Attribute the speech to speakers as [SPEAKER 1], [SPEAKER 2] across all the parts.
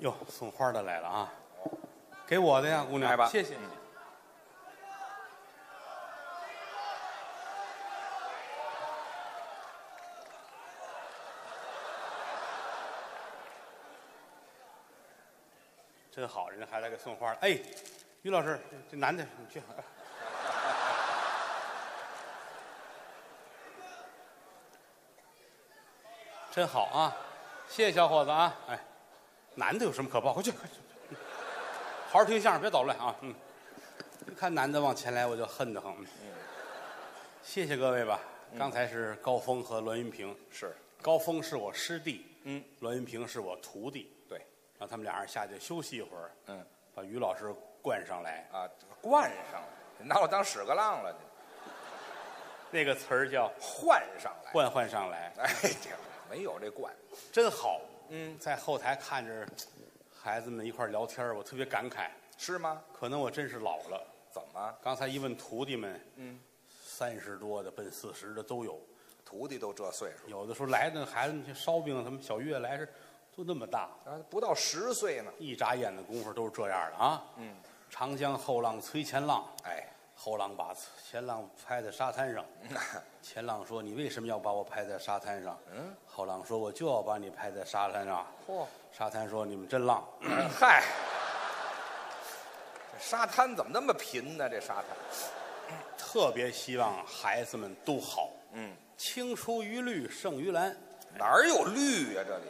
[SPEAKER 1] 哟，送花的来了啊！给我的呀，姑娘，
[SPEAKER 2] 来吧
[SPEAKER 1] 谢谢你。真好，人家还来给送花。哎，于老师，这这男的，你去。啊 真好啊！谢谢小伙子啊！哎，男的有什么可报？快去，快去，好好听相声，别捣乱啊！嗯，一看男的往前来，我就恨得很。谢谢各位吧。
[SPEAKER 2] 嗯
[SPEAKER 1] 刚才是高峰和栾云平，
[SPEAKER 2] 是，
[SPEAKER 1] 高峰是我师弟，
[SPEAKER 2] 嗯，
[SPEAKER 1] 栾云平是我徒弟，
[SPEAKER 2] 对，
[SPEAKER 1] 让他们俩人下去休息一会儿，
[SPEAKER 2] 嗯
[SPEAKER 1] 把于老师灌上来。
[SPEAKER 2] 啊，惯上了，拿我当屎壳郎了，
[SPEAKER 1] 那个词儿叫
[SPEAKER 2] 换上来，
[SPEAKER 1] 换换上来，
[SPEAKER 2] 哎，这没有这惯，
[SPEAKER 1] 真好。
[SPEAKER 2] 嗯，
[SPEAKER 1] 在后台看着孩子们一块儿聊天儿，我特别感慨，
[SPEAKER 2] 是吗？
[SPEAKER 1] 可能我真是老了。
[SPEAKER 2] 怎么
[SPEAKER 1] 刚才一问徒弟们，
[SPEAKER 2] 嗯，
[SPEAKER 1] 三十多的奔四十的都有，
[SPEAKER 2] 徒弟都这岁数
[SPEAKER 1] 有的时候来的孩子们，像烧饼啊，他们小月来是都那么大，
[SPEAKER 2] 啊，不到十岁呢，
[SPEAKER 1] 一眨眼的功夫都是这样的啊。
[SPEAKER 2] 嗯，
[SPEAKER 1] 长江后浪推前浪，
[SPEAKER 2] 哎，
[SPEAKER 1] 后浪把前浪拍在沙滩上，前浪说：“你为什么要把我拍在沙滩上？”
[SPEAKER 2] 嗯，
[SPEAKER 1] 后浪说：“我就要把你拍在沙滩上。
[SPEAKER 2] 嚯，”
[SPEAKER 1] 沙滩说：“你们真浪。
[SPEAKER 2] 嗨，这沙滩怎么那么贫呢？这沙滩，”
[SPEAKER 1] 特别希望孩子们都好，
[SPEAKER 2] 嗯，
[SPEAKER 1] 青出于绿胜于蓝。
[SPEAKER 2] 哪儿有绿呀、这里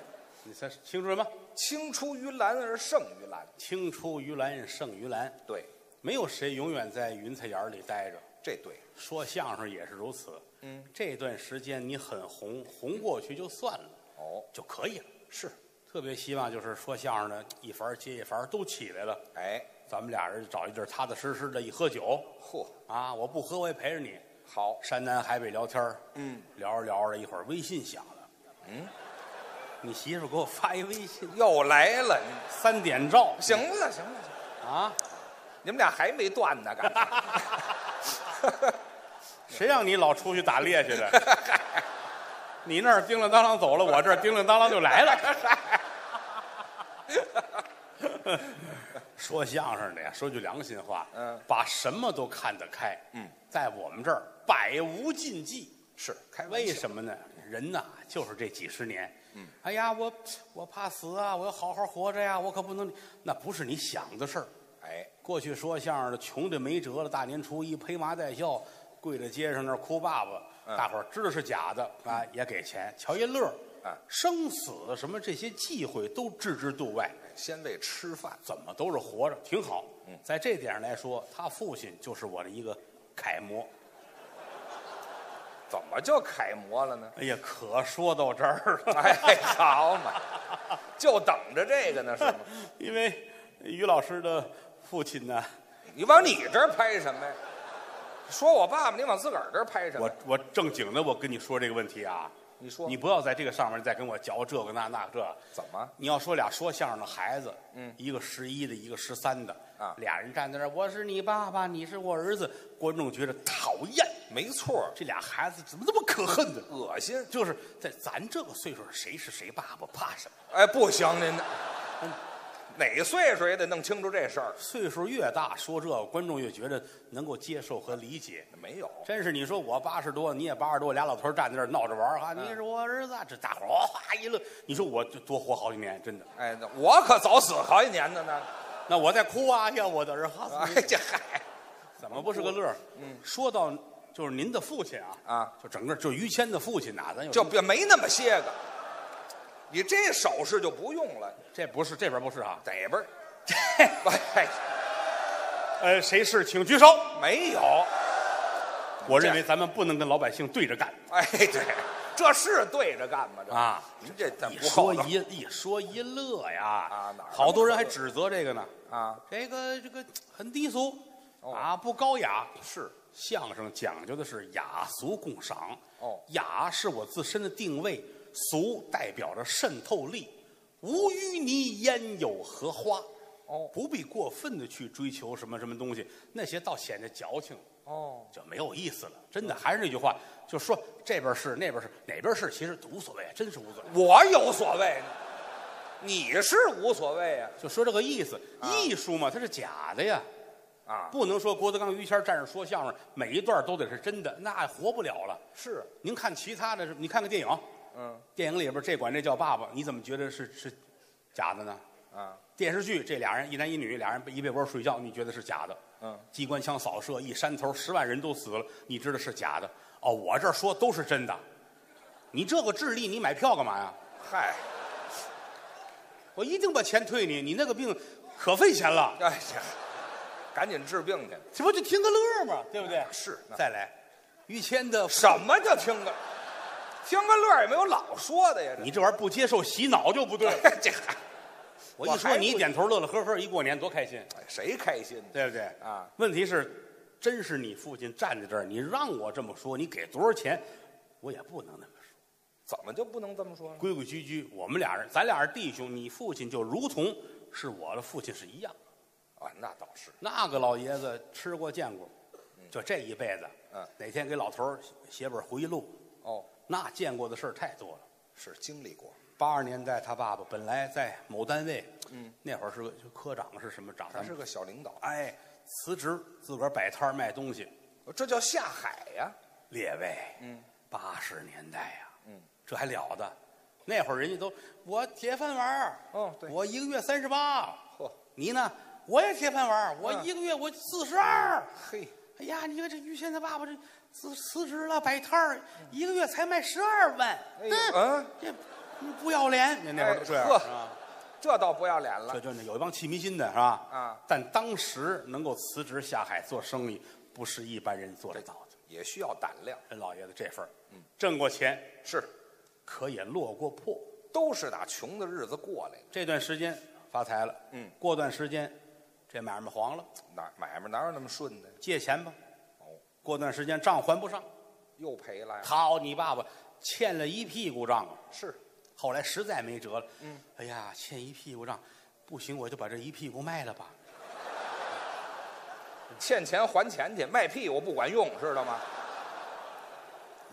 [SPEAKER 1] 你猜青出什么？
[SPEAKER 2] 青出于蓝而胜于蓝，
[SPEAKER 1] 青出于蓝胜于蓝。
[SPEAKER 2] 对，
[SPEAKER 1] 没有谁永远在云彩眼儿里待着，
[SPEAKER 2] 这对，
[SPEAKER 1] 说相声也是如此。
[SPEAKER 2] 嗯，
[SPEAKER 1] 这段时间你很红，红过去就算了，
[SPEAKER 2] 哦，
[SPEAKER 1] 就可以了。
[SPEAKER 2] 是，
[SPEAKER 1] 特别希望就是说相声的一番接一番都起来了，
[SPEAKER 2] 哎，
[SPEAKER 1] 咱们俩人找一地儿踏踏实实的一喝酒
[SPEAKER 2] 嚯，
[SPEAKER 1] 啊，我不喝我也陪着你，
[SPEAKER 2] 好，
[SPEAKER 1] 山南海北聊天儿
[SPEAKER 2] 嗯，
[SPEAKER 1] 聊着聊着一会儿微信响了，嗯，你媳妇给我发一微 信，
[SPEAKER 2] 又来了，你
[SPEAKER 1] 三点照
[SPEAKER 2] 行了，行了，行了
[SPEAKER 1] 啊，
[SPEAKER 2] 你们俩还没断呢，感情
[SPEAKER 1] 谁让你老出去打猎去的？ 你那儿叮了当啷走了，我这儿叮了当啷就来了。 说相声的呀，说句良心话，
[SPEAKER 2] 嗯，
[SPEAKER 1] 把什么都看得开，
[SPEAKER 2] 嗯，
[SPEAKER 1] 在我们这儿百无禁忌。
[SPEAKER 2] 是开玩
[SPEAKER 1] 为
[SPEAKER 2] 笑，
[SPEAKER 1] 什么呢？人呐，就是这几十年，嗯，哎呀，我我怕死啊，我要好好活着呀，我可不能，那不是你想的事儿，
[SPEAKER 2] 哎，
[SPEAKER 1] 过去说相声的穷的没辙了，大年初一披麻戴孝，跪在街上那儿哭爸爸，
[SPEAKER 2] 嗯
[SPEAKER 1] 大伙儿知道是假的啊，也给钱。瞧一乐儿
[SPEAKER 2] 嗯
[SPEAKER 1] 生死什么这些忌讳都置之度外，
[SPEAKER 2] 先为吃饭，
[SPEAKER 1] 怎么都是活着，挺好。
[SPEAKER 2] 嗯
[SPEAKER 1] 在这点上来说，他父亲就是我的一个楷模。
[SPEAKER 2] 怎么就楷模了呢？
[SPEAKER 1] 哎呀，可说到这儿了，
[SPEAKER 2] 哎，好嘛，就等着这个呢，是吗？
[SPEAKER 1] 因为于老师的父亲呢，
[SPEAKER 2] 你往你这儿拍什么呀？说我爸爸，你往自个儿这儿拍什么
[SPEAKER 1] 我？我正经的，我跟你说这个问题啊，
[SPEAKER 2] 你说
[SPEAKER 1] 你不要在这个上面再跟我嚼这个那那这。
[SPEAKER 2] 怎么？
[SPEAKER 1] 啊你要说俩说相声的孩子，嗯，一个十一的，一个十三的，
[SPEAKER 2] 啊
[SPEAKER 1] 俩人站在那儿，我是你爸爸，你是我儿子，观众觉得讨厌，
[SPEAKER 2] 没错儿，
[SPEAKER 1] 这俩孩子怎么这么可恨呢？
[SPEAKER 2] 恶心。
[SPEAKER 1] 就是在咱这个岁数，谁是谁爸爸，怕什么？
[SPEAKER 2] 哎，不行，您哪岁数也得弄清楚这事儿。
[SPEAKER 1] 岁数越大，说这个观众越觉得能够接受和理解。
[SPEAKER 2] 没有，
[SPEAKER 1] 真是你说我八十多，你也八十多，俩老头儿站在那儿闹着玩儿啊，
[SPEAKER 2] 嗯
[SPEAKER 1] 你是我儿子啊，这大伙儿哇哗一乐，你说我这多活好几年，真的。
[SPEAKER 2] 哎，那我可早死好几年的呢。
[SPEAKER 1] 那我在哭啊，呀，我的儿哈，
[SPEAKER 2] 哎，这嗨，
[SPEAKER 1] 怎么不是个乐儿？说到就是您的父亲啊，
[SPEAKER 2] 嗯啊，
[SPEAKER 1] 就整个就是于谦的父亲呐、咱有
[SPEAKER 2] 就别没那么些个。你这手势就不用了，
[SPEAKER 1] 这不是这边不是 啊，
[SPEAKER 2] 哪边儿？哎，
[SPEAKER 1] 呃，谁是请举手。
[SPEAKER 2] 没有。
[SPEAKER 1] 我认为咱们不能跟老百姓对着干
[SPEAKER 2] 哎，对，这是对着干吗？这，
[SPEAKER 1] 啊。
[SPEAKER 2] 您这怎
[SPEAKER 1] 一
[SPEAKER 2] 么不厚
[SPEAKER 1] 说
[SPEAKER 2] 道
[SPEAKER 1] 一一说一乐呀，啊
[SPEAKER 2] 哪儿
[SPEAKER 1] 好多人还指责这个呢，
[SPEAKER 2] 啊？
[SPEAKER 1] 这个这个很低俗、
[SPEAKER 2] 哦
[SPEAKER 1] 啊，不高雅。
[SPEAKER 2] 是
[SPEAKER 1] 相声讲究的是雅俗共赏。
[SPEAKER 2] 哦
[SPEAKER 1] 雅是我自身的定位，俗代表着渗透力。无淤泥焉有荷花？
[SPEAKER 2] 哦
[SPEAKER 1] 不必过分的去追求什么什么东西，那些倒显得矫情，
[SPEAKER 2] 哦，
[SPEAKER 1] 就没有意思了。真的，还是那句话，就说这边是那边是哪边是，其实无所谓，真是无所谓。
[SPEAKER 2] 我有所谓，你是无所谓啊呀、
[SPEAKER 1] 就说这个意思。艺术嘛，它是假的呀，
[SPEAKER 2] 啊，
[SPEAKER 1] 不能说郭德纲、于谦站着说相声，每一段都得是真的，那活不了了。
[SPEAKER 2] 是，
[SPEAKER 1] 您看其他的是，你看看电影，
[SPEAKER 2] 嗯
[SPEAKER 1] 电影里边这管这叫爸爸，你怎么觉得是是假的呢？
[SPEAKER 2] 啊，
[SPEAKER 1] 电视剧这俩人一男一女，俩人一被窝睡觉，你觉得是假的？
[SPEAKER 2] 嗯，
[SPEAKER 1] 机关枪扫射一山头，十万人都死了，你知道是假的？哦，我这儿说都是真的。你这个智力，你买票干嘛呀？
[SPEAKER 2] 嗨，
[SPEAKER 1] 我一定把钱退你，你那个病可费钱了，
[SPEAKER 2] 哎呀，赶紧治病去。
[SPEAKER 1] 这不就听个乐吗？对不对？
[SPEAKER 2] 是那
[SPEAKER 1] 再来，于谦的，
[SPEAKER 2] 什么叫听个听个乐儿也没有老说的呀？
[SPEAKER 1] 你这玩意儿不接受洗脑就不对。
[SPEAKER 2] 这这还
[SPEAKER 1] 我
[SPEAKER 2] 我
[SPEAKER 1] 一
[SPEAKER 2] 还
[SPEAKER 1] 说你一
[SPEAKER 2] 不
[SPEAKER 1] 点头乐乐呵呵，一过年多开心，
[SPEAKER 2] 谁开心呢？
[SPEAKER 1] 对不对？
[SPEAKER 2] 啊，
[SPEAKER 1] 问题是，真是你父亲站在这儿，你让我这么说，你给多少钱，我也不能那么说。
[SPEAKER 2] 怎么就不能这么说呢？
[SPEAKER 1] 规规矩矩，我们俩人，咱俩是弟兄，你父亲就如同是我的父亲是一样。
[SPEAKER 2] 啊，那倒是，
[SPEAKER 1] 那个老爷子吃过见过，就这一辈子，
[SPEAKER 2] 嗯
[SPEAKER 1] 哪天给老头儿写写本回忆录，
[SPEAKER 2] 哦，
[SPEAKER 1] 那见过的事儿太多了。
[SPEAKER 2] 是经历过，
[SPEAKER 1] 八十年代，他爸爸本来在某单位，嗯，那会儿是个就科长是什么长，
[SPEAKER 2] 他是个小领导，
[SPEAKER 1] 哎，辞职自个儿摆摊儿卖东西。
[SPEAKER 2] 这叫下海呀。
[SPEAKER 1] 列位，
[SPEAKER 2] 嗯，
[SPEAKER 1] 八十年代呀、
[SPEAKER 2] 嗯，
[SPEAKER 1] 这还了得？那会儿人家都我铁饭碗儿，
[SPEAKER 2] 哦对
[SPEAKER 1] 我一个月三十八，
[SPEAKER 2] 嚯，
[SPEAKER 1] 你呢？我也铁饭碗儿，我
[SPEAKER 2] 嗯
[SPEAKER 1] 一个月我四十二。
[SPEAKER 2] 嘿，
[SPEAKER 1] 哎呀，你看这于谦他爸爸这辞辞职了，摆摊儿，一个月才卖十二万，
[SPEAKER 2] 嗯哎呦
[SPEAKER 1] 嗯，
[SPEAKER 2] 嗯，
[SPEAKER 1] 这不要脸，那那会儿都这样啊
[SPEAKER 2] 哎呵
[SPEAKER 1] 是吧？
[SPEAKER 2] 这倒不要脸
[SPEAKER 1] 这
[SPEAKER 2] 了。
[SPEAKER 1] 就那有一帮气迷心的是吧？
[SPEAKER 2] 啊，
[SPEAKER 1] 但当时能够辞职下海做生意，不是一般人做得到的。
[SPEAKER 2] 也需要胆量，
[SPEAKER 1] 人老爷子这份儿，挣过钱，
[SPEAKER 2] 是，
[SPEAKER 1] 可也落过魄。
[SPEAKER 2] 都是打穷的日子过来的，
[SPEAKER 1] 这段时间发财了，
[SPEAKER 2] 嗯，
[SPEAKER 1] 过段时间这买卖黄了，
[SPEAKER 2] 哪买卖哪有那么顺的？
[SPEAKER 1] 借钱吧，
[SPEAKER 2] 哦，
[SPEAKER 1] 过段时间账还不上，
[SPEAKER 2] 又赔了呀。
[SPEAKER 1] 好，你爸爸欠了一屁股账啊。
[SPEAKER 2] 是，
[SPEAKER 1] 后来实在没辙了，嗯，哎呀，欠一屁股账，不行，我就把这一屁股卖了吧。
[SPEAKER 2] 欠钱还钱去，卖屁我不管用，知道吗？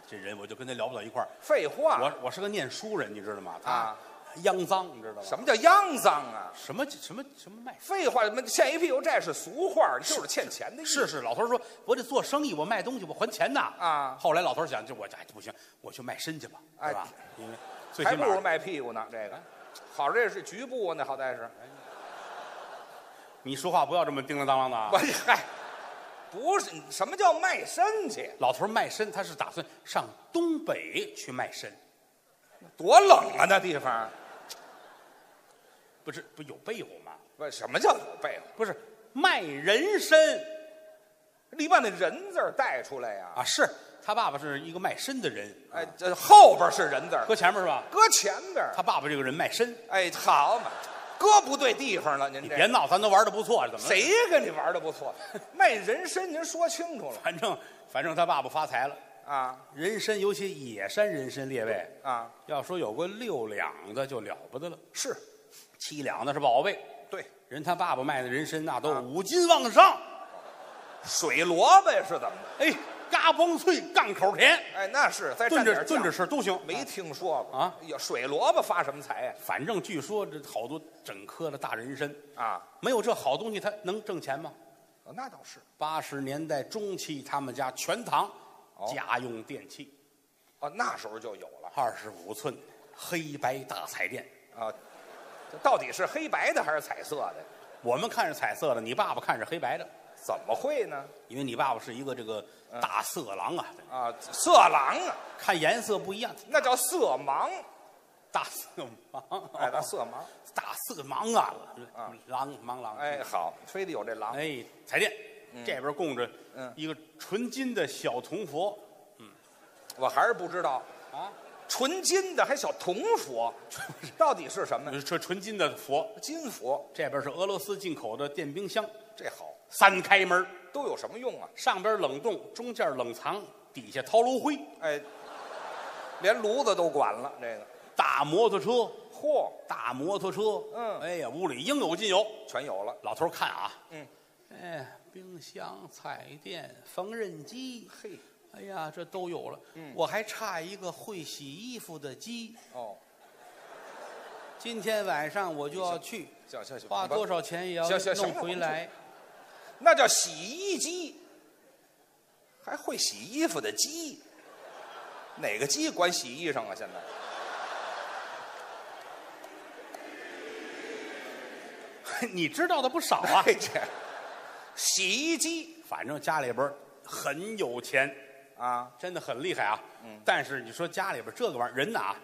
[SPEAKER 1] 这人我就跟他聊不到一块儿。
[SPEAKER 2] 废话，
[SPEAKER 1] 我我是个念书人，你知道吗？他
[SPEAKER 2] 啊
[SPEAKER 1] 肮脏，你知道吗？
[SPEAKER 2] 什么叫肮脏啊？
[SPEAKER 1] 什么什么什么卖？
[SPEAKER 2] 废话，什么欠一屁股债是俗话，就是欠钱的意思。
[SPEAKER 1] 是是，老头儿说，我得做生意，我卖东西，我还钱呐。
[SPEAKER 2] 啊
[SPEAKER 1] 后来老头儿想，就我家哎不行，我去卖身去吧，
[SPEAKER 2] 哎
[SPEAKER 1] 是吧？因为最
[SPEAKER 2] 还
[SPEAKER 1] 起
[SPEAKER 2] 不
[SPEAKER 1] 码
[SPEAKER 2] 如卖屁股呢。这个，好，这是局部呢，好歹
[SPEAKER 1] 啊
[SPEAKER 2] 是。
[SPEAKER 1] 你说话不要这么叮铃当啷的啊
[SPEAKER 2] 我。嗨，不是，什么叫卖身去？
[SPEAKER 1] 老头儿卖身，他是打算上东北去卖身，
[SPEAKER 2] 多冷啊，那地方。
[SPEAKER 1] 不是不有被乎吗？
[SPEAKER 2] 不，什么叫有背后？
[SPEAKER 1] 不是卖人参
[SPEAKER 2] 你把那人字儿带出来呀、
[SPEAKER 1] 啊，是他爸爸是一个卖身的人，
[SPEAKER 2] 哎，这后边是人字儿，
[SPEAKER 1] 搁前面是吧？
[SPEAKER 2] 搁前边儿。
[SPEAKER 1] 他爸爸这个人卖身，
[SPEAKER 2] 哎，好嘛，搁不对地方了，您
[SPEAKER 1] 你
[SPEAKER 2] 这
[SPEAKER 1] 别闹，咱都玩的不错，怎么了？
[SPEAKER 2] 谁跟你玩的不错？ 卖人参，您说清楚了
[SPEAKER 1] 反正反正他爸爸发财了，
[SPEAKER 2] 啊
[SPEAKER 1] 人参尤其野山人参，列位
[SPEAKER 2] 啊！
[SPEAKER 1] 要说有个六两的就了不得了，
[SPEAKER 2] 是，
[SPEAKER 1] 七两的是宝贝。
[SPEAKER 2] 对，
[SPEAKER 1] 人他爸爸卖的人参那都五斤往上，
[SPEAKER 2] 水萝卜是怎么的？
[SPEAKER 1] 哎，嘎嘣脆，杠口甜，
[SPEAKER 2] 哎，那是再蘸
[SPEAKER 1] 炖着
[SPEAKER 2] 点
[SPEAKER 1] 炖着
[SPEAKER 2] 酱，
[SPEAKER 1] 吃都行。
[SPEAKER 2] 没听说过
[SPEAKER 1] 啊？
[SPEAKER 2] 呀，水萝卜发什么财呀？
[SPEAKER 1] 反正据说这好多整颗的大人参，
[SPEAKER 2] 啊，
[SPEAKER 1] 没有这好东西，他能挣钱吗？
[SPEAKER 2] 哦那倒是。
[SPEAKER 1] 八十年代中期，他们家全堂
[SPEAKER 2] 哦
[SPEAKER 1] 家用电器，
[SPEAKER 2] 哦，那时候就有了
[SPEAKER 1] 二十五寸黑白大彩电。
[SPEAKER 2] 啊。这到底是黑白的还是彩色的？
[SPEAKER 1] 我们看是彩色的，你爸爸看是黑白的，
[SPEAKER 2] 怎么会呢？
[SPEAKER 1] 因为你爸爸是一个这个
[SPEAKER 2] 嗯
[SPEAKER 1] 大色狼啊，
[SPEAKER 2] 啊，色狼啊，
[SPEAKER 1] 看颜色不一样，
[SPEAKER 2] 那叫色盲，
[SPEAKER 1] 大色盲，
[SPEAKER 2] 哎，那色盲，
[SPEAKER 1] 大色盲啊，
[SPEAKER 2] 啊
[SPEAKER 1] 狼盲狼，
[SPEAKER 2] 哎，好，非得有这狼，
[SPEAKER 1] 哎，彩电这边供着
[SPEAKER 2] 嗯
[SPEAKER 1] 一个纯金的小铜佛
[SPEAKER 2] 我还是不知道，
[SPEAKER 1] 啊，
[SPEAKER 2] 纯金的还小铜佛，到底是什么呀？
[SPEAKER 1] 这呃纯金的佛，
[SPEAKER 2] 金佛，
[SPEAKER 1] 这边是俄罗斯进口的电冰箱，
[SPEAKER 2] 这好，
[SPEAKER 1] 三开门，
[SPEAKER 2] 都有什么用啊？
[SPEAKER 1] 上边冷冻，中间冷藏，底下掏炉灰，
[SPEAKER 2] 哎，连炉子都管了，这个，
[SPEAKER 1] 大摩托车，
[SPEAKER 2] 嚯，
[SPEAKER 1] 大摩托车，
[SPEAKER 2] 嗯
[SPEAKER 1] 哎呀，屋里应有尽有。
[SPEAKER 2] 全有了，
[SPEAKER 1] 老头儿看啊，
[SPEAKER 2] 嗯，
[SPEAKER 1] 哎，冰箱、彩电、缝纫机，
[SPEAKER 2] 嘿，
[SPEAKER 1] 哎呀，这都有了。嗯，我还差一个会洗衣服的机。
[SPEAKER 2] 哦，
[SPEAKER 1] 今天晚上我就要去，
[SPEAKER 2] 行行行，
[SPEAKER 1] 花多
[SPEAKER 2] 少？
[SPEAKER 1] 少钱也要
[SPEAKER 2] 行行行
[SPEAKER 1] 弄回来。
[SPEAKER 2] 那叫洗衣机，还会洗衣服的机，哪个机管洗衣裳啊？现在？
[SPEAKER 1] 你知道的不少啊。
[SPEAKER 2] 哎这洗衣机
[SPEAKER 1] 反正家里边儿很有钱，
[SPEAKER 2] 啊，
[SPEAKER 1] 真的很厉害啊。嗯。但是你说家里边儿这个玩意儿，人呐，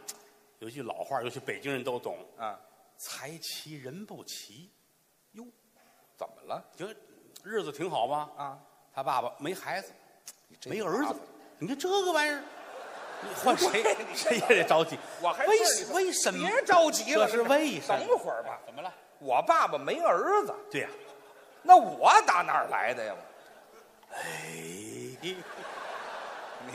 [SPEAKER 1] 有句老话，尤其北京人都懂，
[SPEAKER 2] 啊，
[SPEAKER 1] 财齐人不齐。
[SPEAKER 2] 怎么了
[SPEAKER 1] 你说日子挺好吧？
[SPEAKER 2] 啊？
[SPEAKER 1] 他爸爸没孩子，
[SPEAKER 2] 你这
[SPEAKER 1] 没
[SPEAKER 2] 个
[SPEAKER 1] 儿
[SPEAKER 2] 麻
[SPEAKER 1] 子
[SPEAKER 2] 烦，
[SPEAKER 1] 你看这个玩意儿，你换谁 谁也得着急。
[SPEAKER 2] 我还
[SPEAKER 1] 为
[SPEAKER 2] 问你
[SPEAKER 1] 为什么？
[SPEAKER 2] 别着急了，
[SPEAKER 1] 这是为什么
[SPEAKER 2] 等会儿吧，
[SPEAKER 1] 怎么了？
[SPEAKER 2] 我爸爸没儿子，
[SPEAKER 1] 对呀、
[SPEAKER 2] 那我打哪儿来的呀？
[SPEAKER 1] 哎，
[SPEAKER 2] 你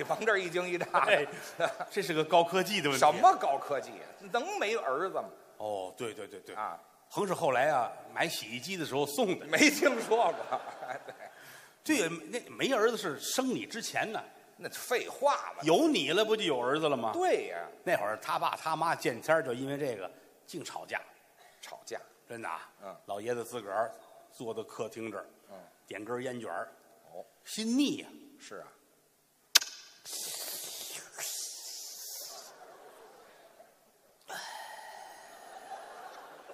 [SPEAKER 2] 往这儿一惊一乍
[SPEAKER 1] 哎
[SPEAKER 2] 的，
[SPEAKER 1] 这是个高科技的问题。 啊
[SPEAKER 2] 什？么高科技呀？啊能没儿子吗？
[SPEAKER 1] 哦，对对对对，
[SPEAKER 2] 啊，
[SPEAKER 1] 横是后来啊，买洗衣机的时候送的。
[SPEAKER 2] 没听说过。
[SPEAKER 1] 对，
[SPEAKER 2] 对，
[SPEAKER 1] 那没儿子是生你之前呢，
[SPEAKER 2] 那废话嘛。
[SPEAKER 1] 有你了不就有儿子了吗？
[SPEAKER 2] 对呀，
[SPEAKER 1] 那会儿他爸他妈见天儿就因为这个净吵架，
[SPEAKER 2] 吵架
[SPEAKER 1] 真的啊。
[SPEAKER 2] 嗯
[SPEAKER 1] 老爷子自个儿坐到客厅这儿，
[SPEAKER 2] 嗯，
[SPEAKER 1] 点根烟卷儿，
[SPEAKER 2] 哦，
[SPEAKER 1] 心腻呀、
[SPEAKER 2] 是啊，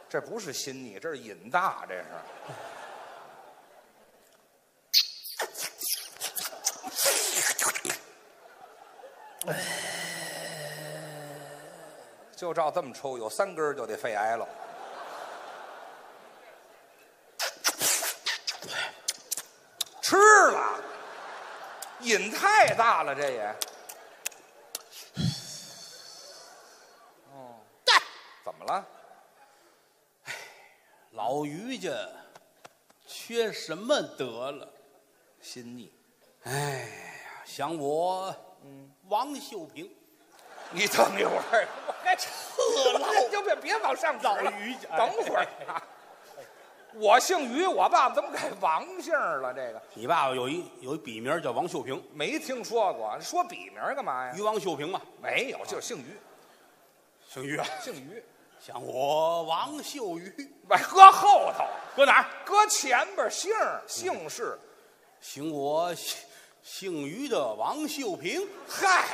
[SPEAKER 2] 这不是心腻，这是瘾大，这是。就照这么抽，有三根儿就得肺癌了。吃了，瘾太大了，这也。
[SPEAKER 1] 带
[SPEAKER 2] 哦怎么了？
[SPEAKER 1] 老于家缺什么得了？
[SPEAKER 2] 心腻。
[SPEAKER 1] 想我，王秀平，
[SPEAKER 2] 你等一会儿，我还扯了，就别别往上走
[SPEAKER 1] 老
[SPEAKER 2] 了。
[SPEAKER 1] 于家哎
[SPEAKER 2] 等会儿啊，我姓于，我爸爸怎么改王姓了？这个
[SPEAKER 1] 你爸爸有一有一笔名叫王秀平，
[SPEAKER 2] 没听说过，说笔名干嘛呀
[SPEAKER 1] 于？王秀平嘛，
[SPEAKER 2] 没有，就是姓于，
[SPEAKER 1] 姓于啊。
[SPEAKER 2] 姓于。
[SPEAKER 1] 想我王秀于，
[SPEAKER 2] 哎，搁后头，
[SPEAKER 1] 搁哪儿？
[SPEAKER 2] 搁前边姓姓氏。
[SPEAKER 1] 行我姓姓于的王秀平，
[SPEAKER 2] 嗨，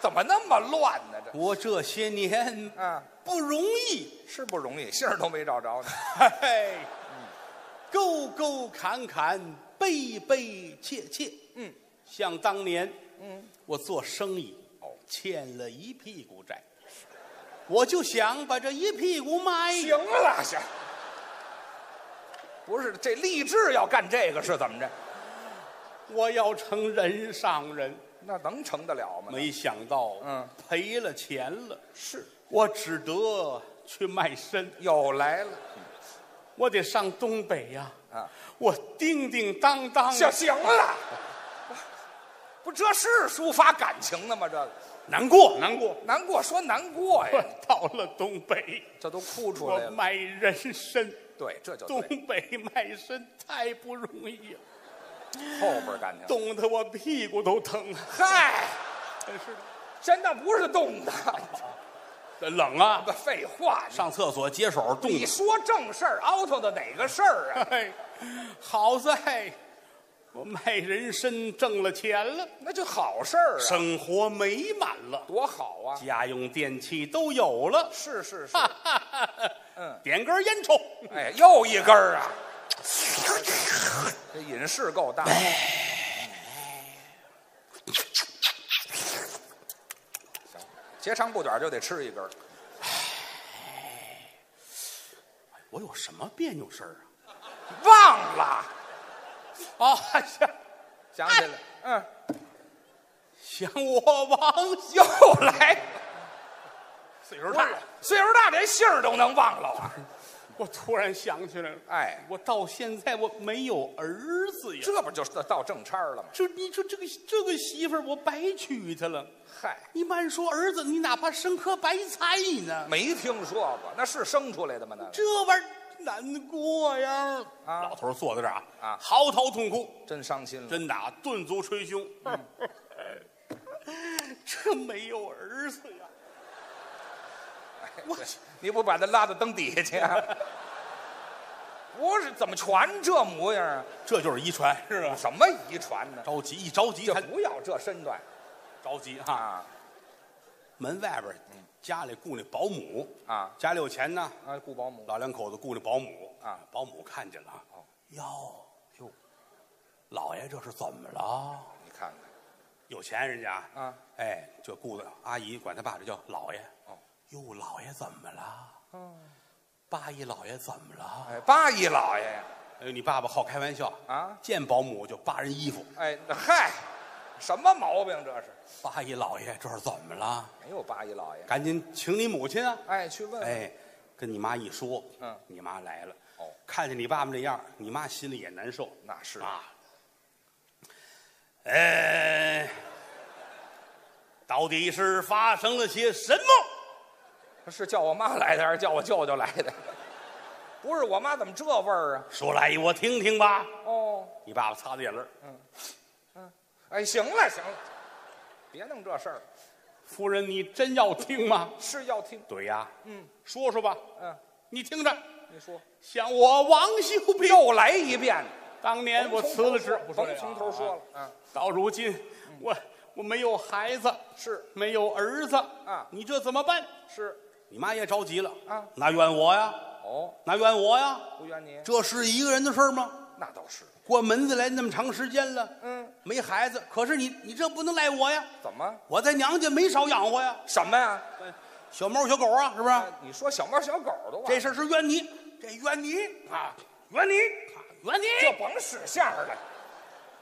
[SPEAKER 2] 怎么那么乱呢？这
[SPEAKER 1] 我这些年
[SPEAKER 2] 啊，
[SPEAKER 1] 不容易，
[SPEAKER 2] 是不容易，姓儿都没找着呢。
[SPEAKER 1] 嘿，沟沟坎坎，悲悲切切。
[SPEAKER 2] 嗯，
[SPEAKER 1] 想当年，
[SPEAKER 2] 嗯，
[SPEAKER 1] 我做生意，哦欠了一屁股债，我就想把这一屁股卖。
[SPEAKER 2] 行了，行。不是这励志要干这个是怎么着？
[SPEAKER 1] 我要成人上人，
[SPEAKER 2] 那能成得了吗？
[SPEAKER 1] 没想到，
[SPEAKER 2] 嗯，
[SPEAKER 1] 赔了钱了，
[SPEAKER 2] 是
[SPEAKER 1] 我只得去卖身。
[SPEAKER 2] 又来了
[SPEAKER 1] 我得上东北呀、
[SPEAKER 2] 啊！
[SPEAKER 1] 我叮叮当当，
[SPEAKER 2] 行行了， 不，这是抒发感情的吗？这个
[SPEAKER 1] 难过难过。
[SPEAKER 2] 难过说难过
[SPEAKER 1] 我
[SPEAKER 2] 呀，
[SPEAKER 1] 到了东北，
[SPEAKER 2] 这都哭出
[SPEAKER 1] 我
[SPEAKER 2] 来了。
[SPEAKER 1] 卖人参，
[SPEAKER 2] 对，这就
[SPEAKER 1] 东
[SPEAKER 2] 对
[SPEAKER 1] 北卖参太不容易了，
[SPEAKER 2] 后边感情。
[SPEAKER 1] 冻得我屁股都疼啊！
[SPEAKER 2] 嗨，
[SPEAKER 1] 真是的，
[SPEAKER 2] 真的不是动的，
[SPEAKER 1] 冷啊！
[SPEAKER 2] 废话。你
[SPEAKER 1] 上厕所接手冻
[SPEAKER 2] 你
[SPEAKER 1] 的。
[SPEAKER 2] 说正事儿，out 的哪个事儿啊？
[SPEAKER 1] 哎，好在我卖人参挣了钱了，
[SPEAKER 2] 那就好事儿啊，
[SPEAKER 1] 生活美满了，
[SPEAKER 2] 多好啊！
[SPEAKER 1] 家用电器都有了。
[SPEAKER 2] 是是是，
[SPEAKER 1] 哈哈哈
[SPEAKER 2] 嗯，
[SPEAKER 1] 点根烟抽。
[SPEAKER 2] 哎，又一根儿啊，这瘾是够大。行，截长不短就得吃一根儿
[SPEAKER 1] 我有什么别扭事儿啊？
[SPEAKER 2] 忘了，
[SPEAKER 1] 哦，想
[SPEAKER 2] 想起来，嗯，
[SPEAKER 1] 想我王秀，
[SPEAKER 2] 又来，
[SPEAKER 1] 岁数大了，
[SPEAKER 2] 岁数大连姓儿都能忘了啊！
[SPEAKER 1] 我突然想起来了，
[SPEAKER 2] 哎，
[SPEAKER 1] 我到现在我没有儿子呀。
[SPEAKER 2] 这不就是到正差儿了吗？
[SPEAKER 1] 这你说这个这个媳妇儿，我白娶她了。
[SPEAKER 2] 嗨，
[SPEAKER 1] 一般说儿子，你哪怕生颗白菜呢，
[SPEAKER 2] 没听说过，那是生出来的吗？那个
[SPEAKER 1] 这玩意儿难过呀。
[SPEAKER 2] 啊
[SPEAKER 1] 老头儿坐在这儿啊，
[SPEAKER 2] 啊
[SPEAKER 1] 嚎啕痛哭，
[SPEAKER 2] 真伤心了。
[SPEAKER 1] 真的啊，顿足捶胸。嗯这没有儿子呀，我
[SPEAKER 2] 哎对你不把他拉到灯底下去、啊？不是，怎么全这模样啊？
[SPEAKER 1] 这就是遗传是吧？
[SPEAKER 2] 什么遗传呢？
[SPEAKER 1] 着急一着急
[SPEAKER 2] 这
[SPEAKER 1] 他
[SPEAKER 2] 不要这身段
[SPEAKER 1] 着急哈、
[SPEAKER 2] 啊嗯
[SPEAKER 1] 门外边家里雇那保姆，
[SPEAKER 2] 啊
[SPEAKER 1] 家里有钱呢，
[SPEAKER 2] 啊！雇保姆
[SPEAKER 1] 老两口子雇那保姆
[SPEAKER 2] 啊，
[SPEAKER 1] 保姆看见了啊
[SPEAKER 2] 哦，
[SPEAKER 1] 哟
[SPEAKER 2] 哟，
[SPEAKER 1] 老爷这是怎么了？
[SPEAKER 2] 你看看
[SPEAKER 1] 有钱人家啊，
[SPEAKER 2] 啊，
[SPEAKER 1] 哎，这雇的阿姨管他爸这叫老爷
[SPEAKER 2] 哦，
[SPEAKER 1] 哟，老爷怎么了？
[SPEAKER 2] 哦，
[SPEAKER 1] 八姨老爷怎么了？
[SPEAKER 2] 哎，八姨老爷呀
[SPEAKER 1] 哎呦，你爸爸好开玩笑
[SPEAKER 2] 啊
[SPEAKER 1] 见保姆就扒人衣服。
[SPEAKER 2] 哎，那嗨，什么毛病这是？
[SPEAKER 1] 八姨老爷这是怎么了？
[SPEAKER 2] 没有八姨老爷，
[SPEAKER 1] 赶紧请你母亲啊！
[SPEAKER 2] 哎，去问问。
[SPEAKER 1] 哎，跟你妈一说，
[SPEAKER 2] 嗯
[SPEAKER 1] 你妈来了，
[SPEAKER 2] 哦，
[SPEAKER 1] 看见你爸爸那样，你妈心里也难受
[SPEAKER 2] 那是
[SPEAKER 1] 啊。哎，到底是发生了些什么？
[SPEAKER 2] 是叫我妈来的还是叫我舅舅来的？不是我妈怎么这味儿啊？
[SPEAKER 1] 说来我听听吧。
[SPEAKER 2] 哦，
[SPEAKER 1] 你爸爸擦擦眼泪儿，
[SPEAKER 2] 哎，行了行了，别弄这事儿了，
[SPEAKER 1] 夫人，你真要听吗？
[SPEAKER 2] 是要听。
[SPEAKER 1] 对呀，
[SPEAKER 2] 嗯
[SPEAKER 1] 说说吧，
[SPEAKER 2] 嗯，
[SPEAKER 1] 你听着。
[SPEAKER 2] 你说
[SPEAKER 1] 像我王修平，
[SPEAKER 2] 又来一遍，
[SPEAKER 1] 当年哎我辞了职，
[SPEAKER 2] 甭
[SPEAKER 1] 不说嗯这个啊
[SPEAKER 2] 从头说了。啊，
[SPEAKER 1] 到如今，我我没有孩子，
[SPEAKER 2] 是
[SPEAKER 1] 没有儿子啊你这怎么办？
[SPEAKER 2] 是，
[SPEAKER 1] 你妈也着急了
[SPEAKER 2] 啊，
[SPEAKER 1] 哪怨我呀？
[SPEAKER 2] 哦，
[SPEAKER 1] 哪怨我呀？
[SPEAKER 2] 不怨你，
[SPEAKER 1] 这是一个人的事儿吗？
[SPEAKER 2] 那倒是。
[SPEAKER 1] 过门子来那么长时间了，
[SPEAKER 2] 嗯，
[SPEAKER 1] 没孩子，可是你你这不能赖我呀！
[SPEAKER 2] 怎么
[SPEAKER 1] 我在娘家没少养活呀，
[SPEAKER 2] 什么呀？
[SPEAKER 1] 小猫小狗啊，是不是？
[SPEAKER 2] 啊你说小猫小狗的话，
[SPEAKER 1] 这事儿是怨你，这怨你啊，怨你啊，怨
[SPEAKER 2] 这
[SPEAKER 1] 你！
[SPEAKER 2] 甭使相儿了，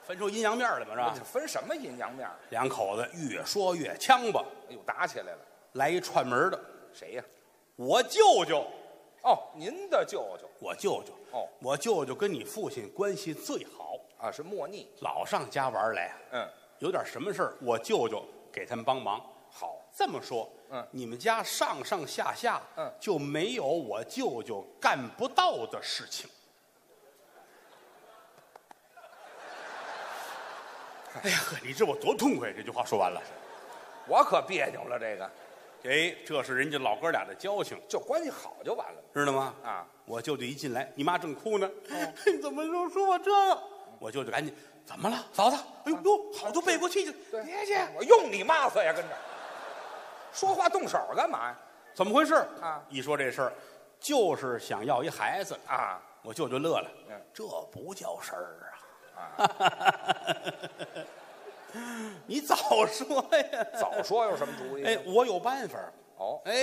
[SPEAKER 1] 分出阴阳面来嘛，是吧
[SPEAKER 2] 这？分什么阴阳面儿？
[SPEAKER 1] 两口子越说越呛吧，
[SPEAKER 2] 哎呦，打起来了，
[SPEAKER 1] 来一串门的，
[SPEAKER 2] 谁呀？
[SPEAKER 1] 我舅舅，
[SPEAKER 2] 哦，您的舅舅
[SPEAKER 1] 我舅舅，
[SPEAKER 2] 哦，
[SPEAKER 1] 我舅舅跟你父亲关系最好，
[SPEAKER 2] 啊，是莫逆。
[SPEAKER 1] 老上家玩来，啊
[SPEAKER 2] 嗯，
[SPEAKER 1] 有点什么事儿，我舅舅给他们帮忙。
[SPEAKER 2] 好，
[SPEAKER 1] 这么说，
[SPEAKER 2] 嗯
[SPEAKER 1] 你们家上上下下，
[SPEAKER 2] 嗯
[SPEAKER 1] 就没有我舅舅干不到的事情。哎呀呵，你知我多痛快！这句话说完了，
[SPEAKER 2] 我可别扭了，这个
[SPEAKER 1] 哎，这是人家老哥俩的交情，
[SPEAKER 2] 就关系好就完了
[SPEAKER 1] 知道吗？
[SPEAKER 2] 啊。哦
[SPEAKER 1] 我舅舅一进来，你妈正哭呢，你怎么说说我这个？我舅舅赶紧，怎么了，嫂子？哎呦呦，好多背过气去，
[SPEAKER 2] 对
[SPEAKER 1] 别去，
[SPEAKER 2] 我用你骂死呀，跟着说话动手干嘛呀？
[SPEAKER 1] 怎么回事
[SPEAKER 2] 啊？
[SPEAKER 1] 一说这事儿，就是想要一孩子。
[SPEAKER 2] 啊，
[SPEAKER 1] 我舅舅乐了
[SPEAKER 2] 嗯，
[SPEAKER 1] 这不叫事儿啊！ 你早说呀！
[SPEAKER 2] 早说有什么主意？
[SPEAKER 1] 哎，我有办法。
[SPEAKER 2] 哦，
[SPEAKER 1] 哎，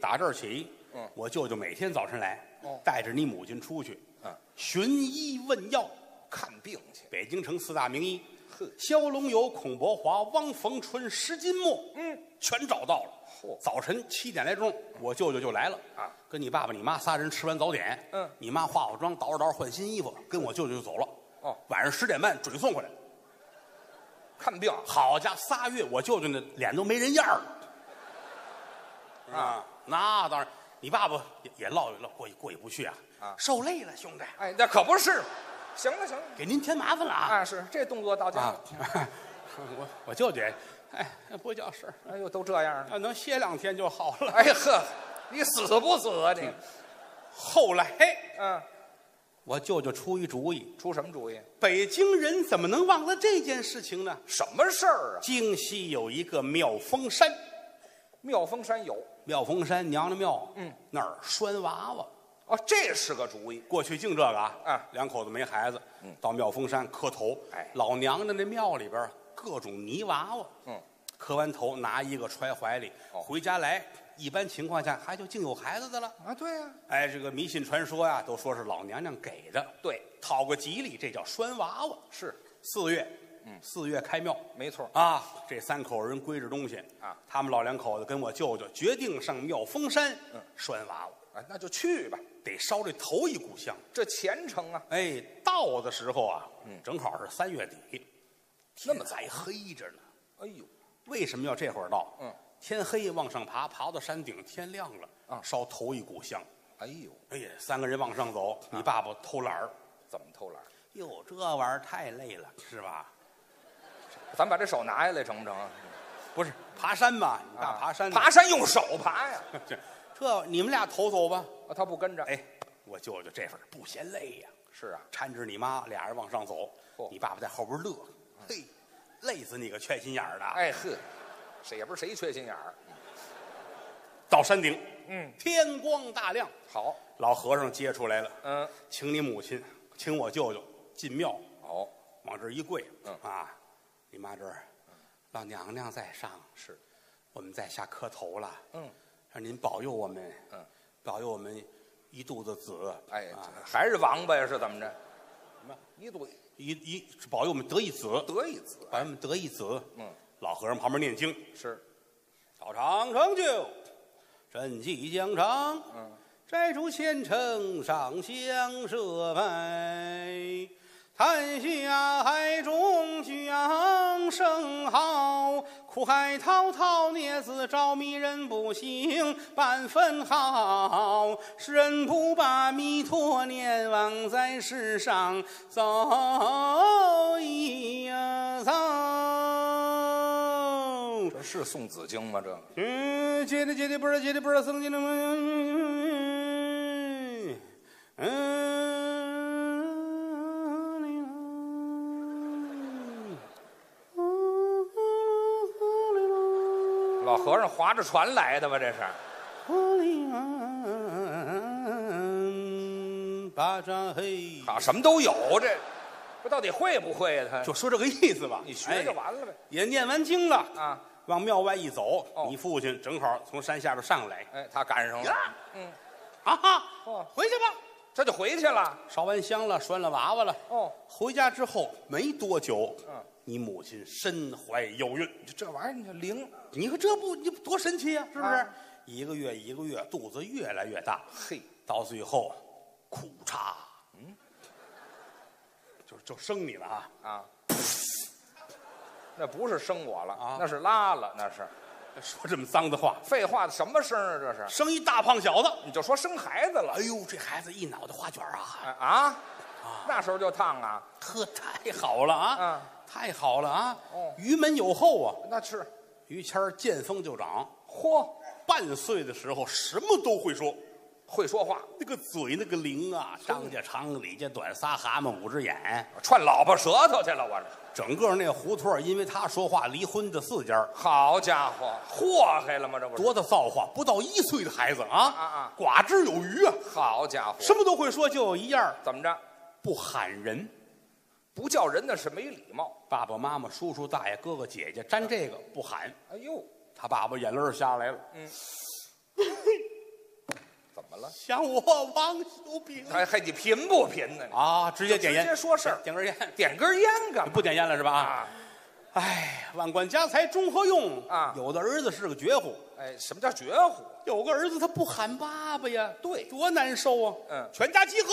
[SPEAKER 1] 打这儿起，
[SPEAKER 2] 嗯
[SPEAKER 1] 我舅舅每天早晨来
[SPEAKER 2] 哦，
[SPEAKER 1] 带着你母亲出去，
[SPEAKER 2] 嗯，
[SPEAKER 1] 寻医问药。
[SPEAKER 2] 看病去。
[SPEAKER 1] 北京城四大名医，
[SPEAKER 2] 呵
[SPEAKER 1] 萧龙友、孔伯华、汪逢春、石金墨，
[SPEAKER 2] 嗯，
[SPEAKER 1] 全找到了。
[SPEAKER 2] 嚯
[SPEAKER 1] 早晨七点来钟，我舅舅就来了
[SPEAKER 2] 啊，
[SPEAKER 1] 跟你爸爸、你妈仨人吃完早点，
[SPEAKER 2] 嗯
[SPEAKER 1] 你妈化化妆、捯饬捯饬换新衣服，跟我舅舅就走了。
[SPEAKER 2] 哦，
[SPEAKER 1] 晚上十点半准送回来。
[SPEAKER 2] 看病
[SPEAKER 1] 好家伙，仨月我舅舅那脸都没人样儿了
[SPEAKER 2] 嗯
[SPEAKER 1] 啊！那当然，你爸爸也也落一落过意过意不去啊
[SPEAKER 2] 啊
[SPEAKER 1] 受累了，兄弟，
[SPEAKER 2] 哎，那可不是。行了行了，
[SPEAKER 1] 给您添麻烦了啊！
[SPEAKER 2] 啊，是这动作到家
[SPEAKER 1] 啊
[SPEAKER 2] 了。，
[SPEAKER 1] 我我舅舅也，哎，不叫事儿。
[SPEAKER 2] 哎呦，都这样了。
[SPEAKER 1] 要能歇两天就好了。
[SPEAKER 2] 哎呵，你死不死啊你？
[SPEAKER 1] 后来
[SPEAKER 2] 嗯，
[SPEAKER 1] 我舅舅出一主意，
[SPEAKER 2] 出什么主意？
[SPEAKER 1] 北京人怎么能忘了这件事情呢？
[SPEAKER 2] 什么事儿啊？
[SPEAKER 1] 京西有一个妙峰山，
[SPEAKER 2] 妙峰山有
[SPEAKER 1] 妙峰山娘娘庙，
[SPEAKER 2] 嗯，
[SPEAKER 1] 那儿拴娃娃。
[SPEAKER 2] 哦，这是个主意。
[SPEAKER 1] 过去净这个啊，
[SPEAKER 2] 啊
[SPEAKER 1] 两口子没孩子，嗯，到妙峰山磕头，
[SPEAKER 2] 哎
[SPEAKER 1] 老娘家那庙里边各种泥娃娃，
[SPEAKER 2] 嗯，
[SPEAKER 1] 磕完头拿一个揣怀里，
[SPEAKER 2] 哦
[SPEAKER 1] 回家来，一般情况下还就净有孩子的了。
[SPEAKER 2] 啊，对呀、
[SPEAKER 1] 哎，这个迷信传说呀、都说是老娘娘给的，
[SPEAKER 2] 对，
[SPEAKER 1] 讨个吉利，这叫拴娃娃。
[SPEAKER 2] 是
[SPEAKER 1] 四月，嗯，四月开庙
[SPEAKER 2] 没错。
[SPEAKER 1] 啊，这三口人归置东西
[SPEAKER 2] 啊，
[SPEAKER 1] 他们老两口子跟我舅舅决定上妙峰山
[SPEAKER 2] 嗯
[SPEAKER 1] 拴娃娃，
[SPEAKER 2] 啊，那就去吧，
[SPEAKER 1] 得烧这头一股香。
[SPEAKER 2] 这虔诚啊，
[SPEAKER 1] 哎，到的时候啊，
[SPEAKER 2] 嗯
[SPEAKER 1] 正好是三月底，
[SPEAKER 2] 那么
[SPEAKER 1] 天还黑着呢。
[SPEAKER 2] 哎呦，
[SPEAKER 1] 为什么要这会儿到？
[SPEAKER 2] 嗯，
[SPEAKER 1] 天黑往上爬，爬到山顶天亮了，
[SPEAKER 2] 啊
[SPEAKER 1] 烧头一股香。
[SPEAKER 2] 哎呦，
[SPEAKER 1] 哎呀，三个人往上走，
[SPEAKER 2] 啊
[SPEAKER 1] 你爸爸偷懒儿，
[SPEAKER 2] 怎么偷懒？
[SPEAKER 1] 哟，这玩意儿太累了，是吧？
[SPEAKER 2] 咱把这手拿下来成不成？
[SPEAKER 1] 不是爬山嘛，你爸
[SPEAKER 2] 啊
[SPEAKER 1] 爬山呢、
[SPEAKER 2] 爬山用手爬呀，
[SPEAKER 1] 这这你们俩投走吧。
[SPEAKER 2] 啊他不跟着。，
[SPEAKER 1] 哎，我舅舅这份儿不嫌累呀、
[SPEAKER 2] 是啊，
[SPEAKER 1] 搀着你妈，俩人往上走，
[SPEAKER 2] 嚯
[SPEAKER 1] 你爸爸在后边乐，嘿，累死你个缺心眼儿的！，
[SPEAKER 2] 嗯哎呵，谁也不是谁缺心眼儿。
[SPEAKER 1] 到山顶，
[SPEAKER 2] 嗯，
[SPEAKER 1] 天光大亮，
[SPEAKER 2] 好，
[SPEAKER 1] 老和尚接出来了，
[SPEAKER 2] 嗯，
[SPEAKER 1] 请你母亲，请我舅舅进庙，
[SPEAKER 2] 好，
[SPEAKER 1] 往这儿一跪，
[SPEAKER 2] 嗯
[SPEAKER 1] 啊，你妈这儿，老娘娘在上，
[SPEAKER 2] 是，
[SPEAKER 1] 我们在下磕头了，
[SPEAKER 2] 嗯，
[SPEAKER 1] 让您保佑我们，
[SPEAKER 2] 嗯，
[SPEAKER 1] 保佑我们一肚子子，
[SPEAKER 2] 哎，
[SPEAKER 1] 啊
[SPEAKER 2] 这还是王八呀，是怎么着？
[SPEAKER 1] 什么
[SPEAKER 2] 一肚
[SPEAKER 1] 一一保佑我们得一子，
[SPEAKER 2] 得一子，
[SPEAKER 1] 保佑我们得一子，
[SPEAKER 2] 嗯，
[SPEAKER 1] 老和尚旁边念经，
[SPEAKER 2] 是，
[SPEAKER 1] 到长城就，镇济疆场，
[SPEAKER 2] 嗯，
[SPEAKER 1] 摘除千城上香设拜，叹下海中响声号，苦海滔滔孽子招迷人不醒半分好，世人不把弥陀念，枉在世上走一遭。
[SPEAKER 2] 这是送子经吗？这个
[SPEAKER 1] 嗯，接着接着不是接着不是僧进来嗯嗯，
[SPEAKER 2] 老和尚划着船来的吧？这是，
[SPEAKER 1] 巴扎嘿，
[SPEAKER 2] 啊，什么都有，这这到底会不会呀？他
[SPEAKER 1] 就说这个意思吧。
[SPEAKER 2] 你学就
[SPEAKER 1] 哎
[SPEAKER 2] 完了呗。
[SPEAKER 1] 也念完经了，
[SPEAKER 2] 啊，
[SPEAKER 1] 往庙外一走，
[SPEAKER 2] 哦
[SPEAKER 1] 你父亲正好从山下边上来，
[SPEAKER 2] 哎，他赶上了，
[SPEAKER 1] 呀
[SPEAKER 2] 嗯，
[SPEAKER 1] 啊哈，
[SPEAKER 2] 哦
[SPEAKER 1] 回去吧。
[SPEAKER 2] 这就回去了。
[SPEAKER 1] 烧完香了，拴了娃娃了。
[SPEAKER 2] 哦，
[SPEAKER 1] 回家之后没多久，
[SPEAKER 2] 嗯，
[SPEAKER 1] 你母亲身怀有孕，
[SPEAKER 2] 这这玩意儿你就灵，
[SPEAKER 1] 你看这不你多神奇呀、啊，是不是？
[SPEAKER 2] 啊
[SPEAKER 1] 一个月一个月，肚子越来越大，
[SPEAKER 2] 嘿，
[SPEAKER 1] 到最后，苦叉，嗯，就就生你了啊！
[SPEAKER 2] 啊，那不是生我了，
[SPEAKER 1] 啊
[SPEAKER 2] 那是拉了，那是
[SPEAKER 1] 说这么脏的话，
[SPEAKER 2] 废话，什么声啊？这是，
[SPEAKER 1] 生一大胖小子，
[SPEAKER 2] 你就说生孩子了
[SPEAKER 1] 哎呦，这孩子一脑袋花卷啊，
[SPEAKER 2] 啊啊？那时候就烫啊，
[SPEAKER 1] 呵，太好了啊，
[SPEAKER 2] 嗯
[SPEAKER 1] 太好了啊！
[SPEAKER 2] 哦
[SPEAKER 1] 于门有后啊，
[SPEAKER 2] 那是，
[SPEAKER 1] 于谦儿见风就长，
[SPEAKER 2] 嚯，
[SPEAKER 1] 半岁的时候什么都会说。
[SPEAKER 2] 会说话，
[SPEAKER 1] 那个嘴那个灵啊，张家长，李家短，仨蛤蟆五只眼，
[SPEAKER 2] 串老婆舌头去了，我这，
[SPEAKER 1] 整个那胡同儿因为他说话离婚的四家儿，
[SPEAKER 2] 好家伙，祸害了吗？这不是，
[SPEAKER 1] 多大造化！不到一岁的孩子啊
[SPEAKER 2] 啊啊，
[SPEAKER 1] 寡之有余啊，
[SPEAKER 2] 好家伙，
[SPEAKER 1] 什么都会说，就有一样儿
[SPEAKER 2] 怎么着？
[SPEAKER 1] 不喊人。
[SPEAKER 2] 不叫人那是没礼貌。
[SPEAKER 1] 爸爸妈妈、叔叔、大爷、哥哥、姐姐沾这个不喊，
[SPEAKER 2] 哎呦，
[SPEAKER 1] 他爸爸眼泪儿下来了，
[SPEAKER 2] 怎么了？
[SPEAKER 1] 想我王修平
[SPEAKER 2] 还还你贫不贫呢？
[SPEAKER 1] 啊，直接点烟，
[SPEAKER 2] 直接说事儿
[SPEAKER 1] 点根烟，
[SPEAKER 2] 点根烟干嘛？
[SPEAKER 1] 不点烟了是吧？啊，哎，万贯家财终何用
[SPEAKER 2] 啊
[SPEAKER 1] 有的儿子是个绝户。
[SPEAKER 2] 哎，什么叫绝户？
[SPEAKER 1] 有个儿子他不喊爸爸呀，
[SPEAKER 2] 对
[SPEAKER 1] 多难受啊！
[SPEAKER 2] 嗯
[SPEAKER 1] 全家集合，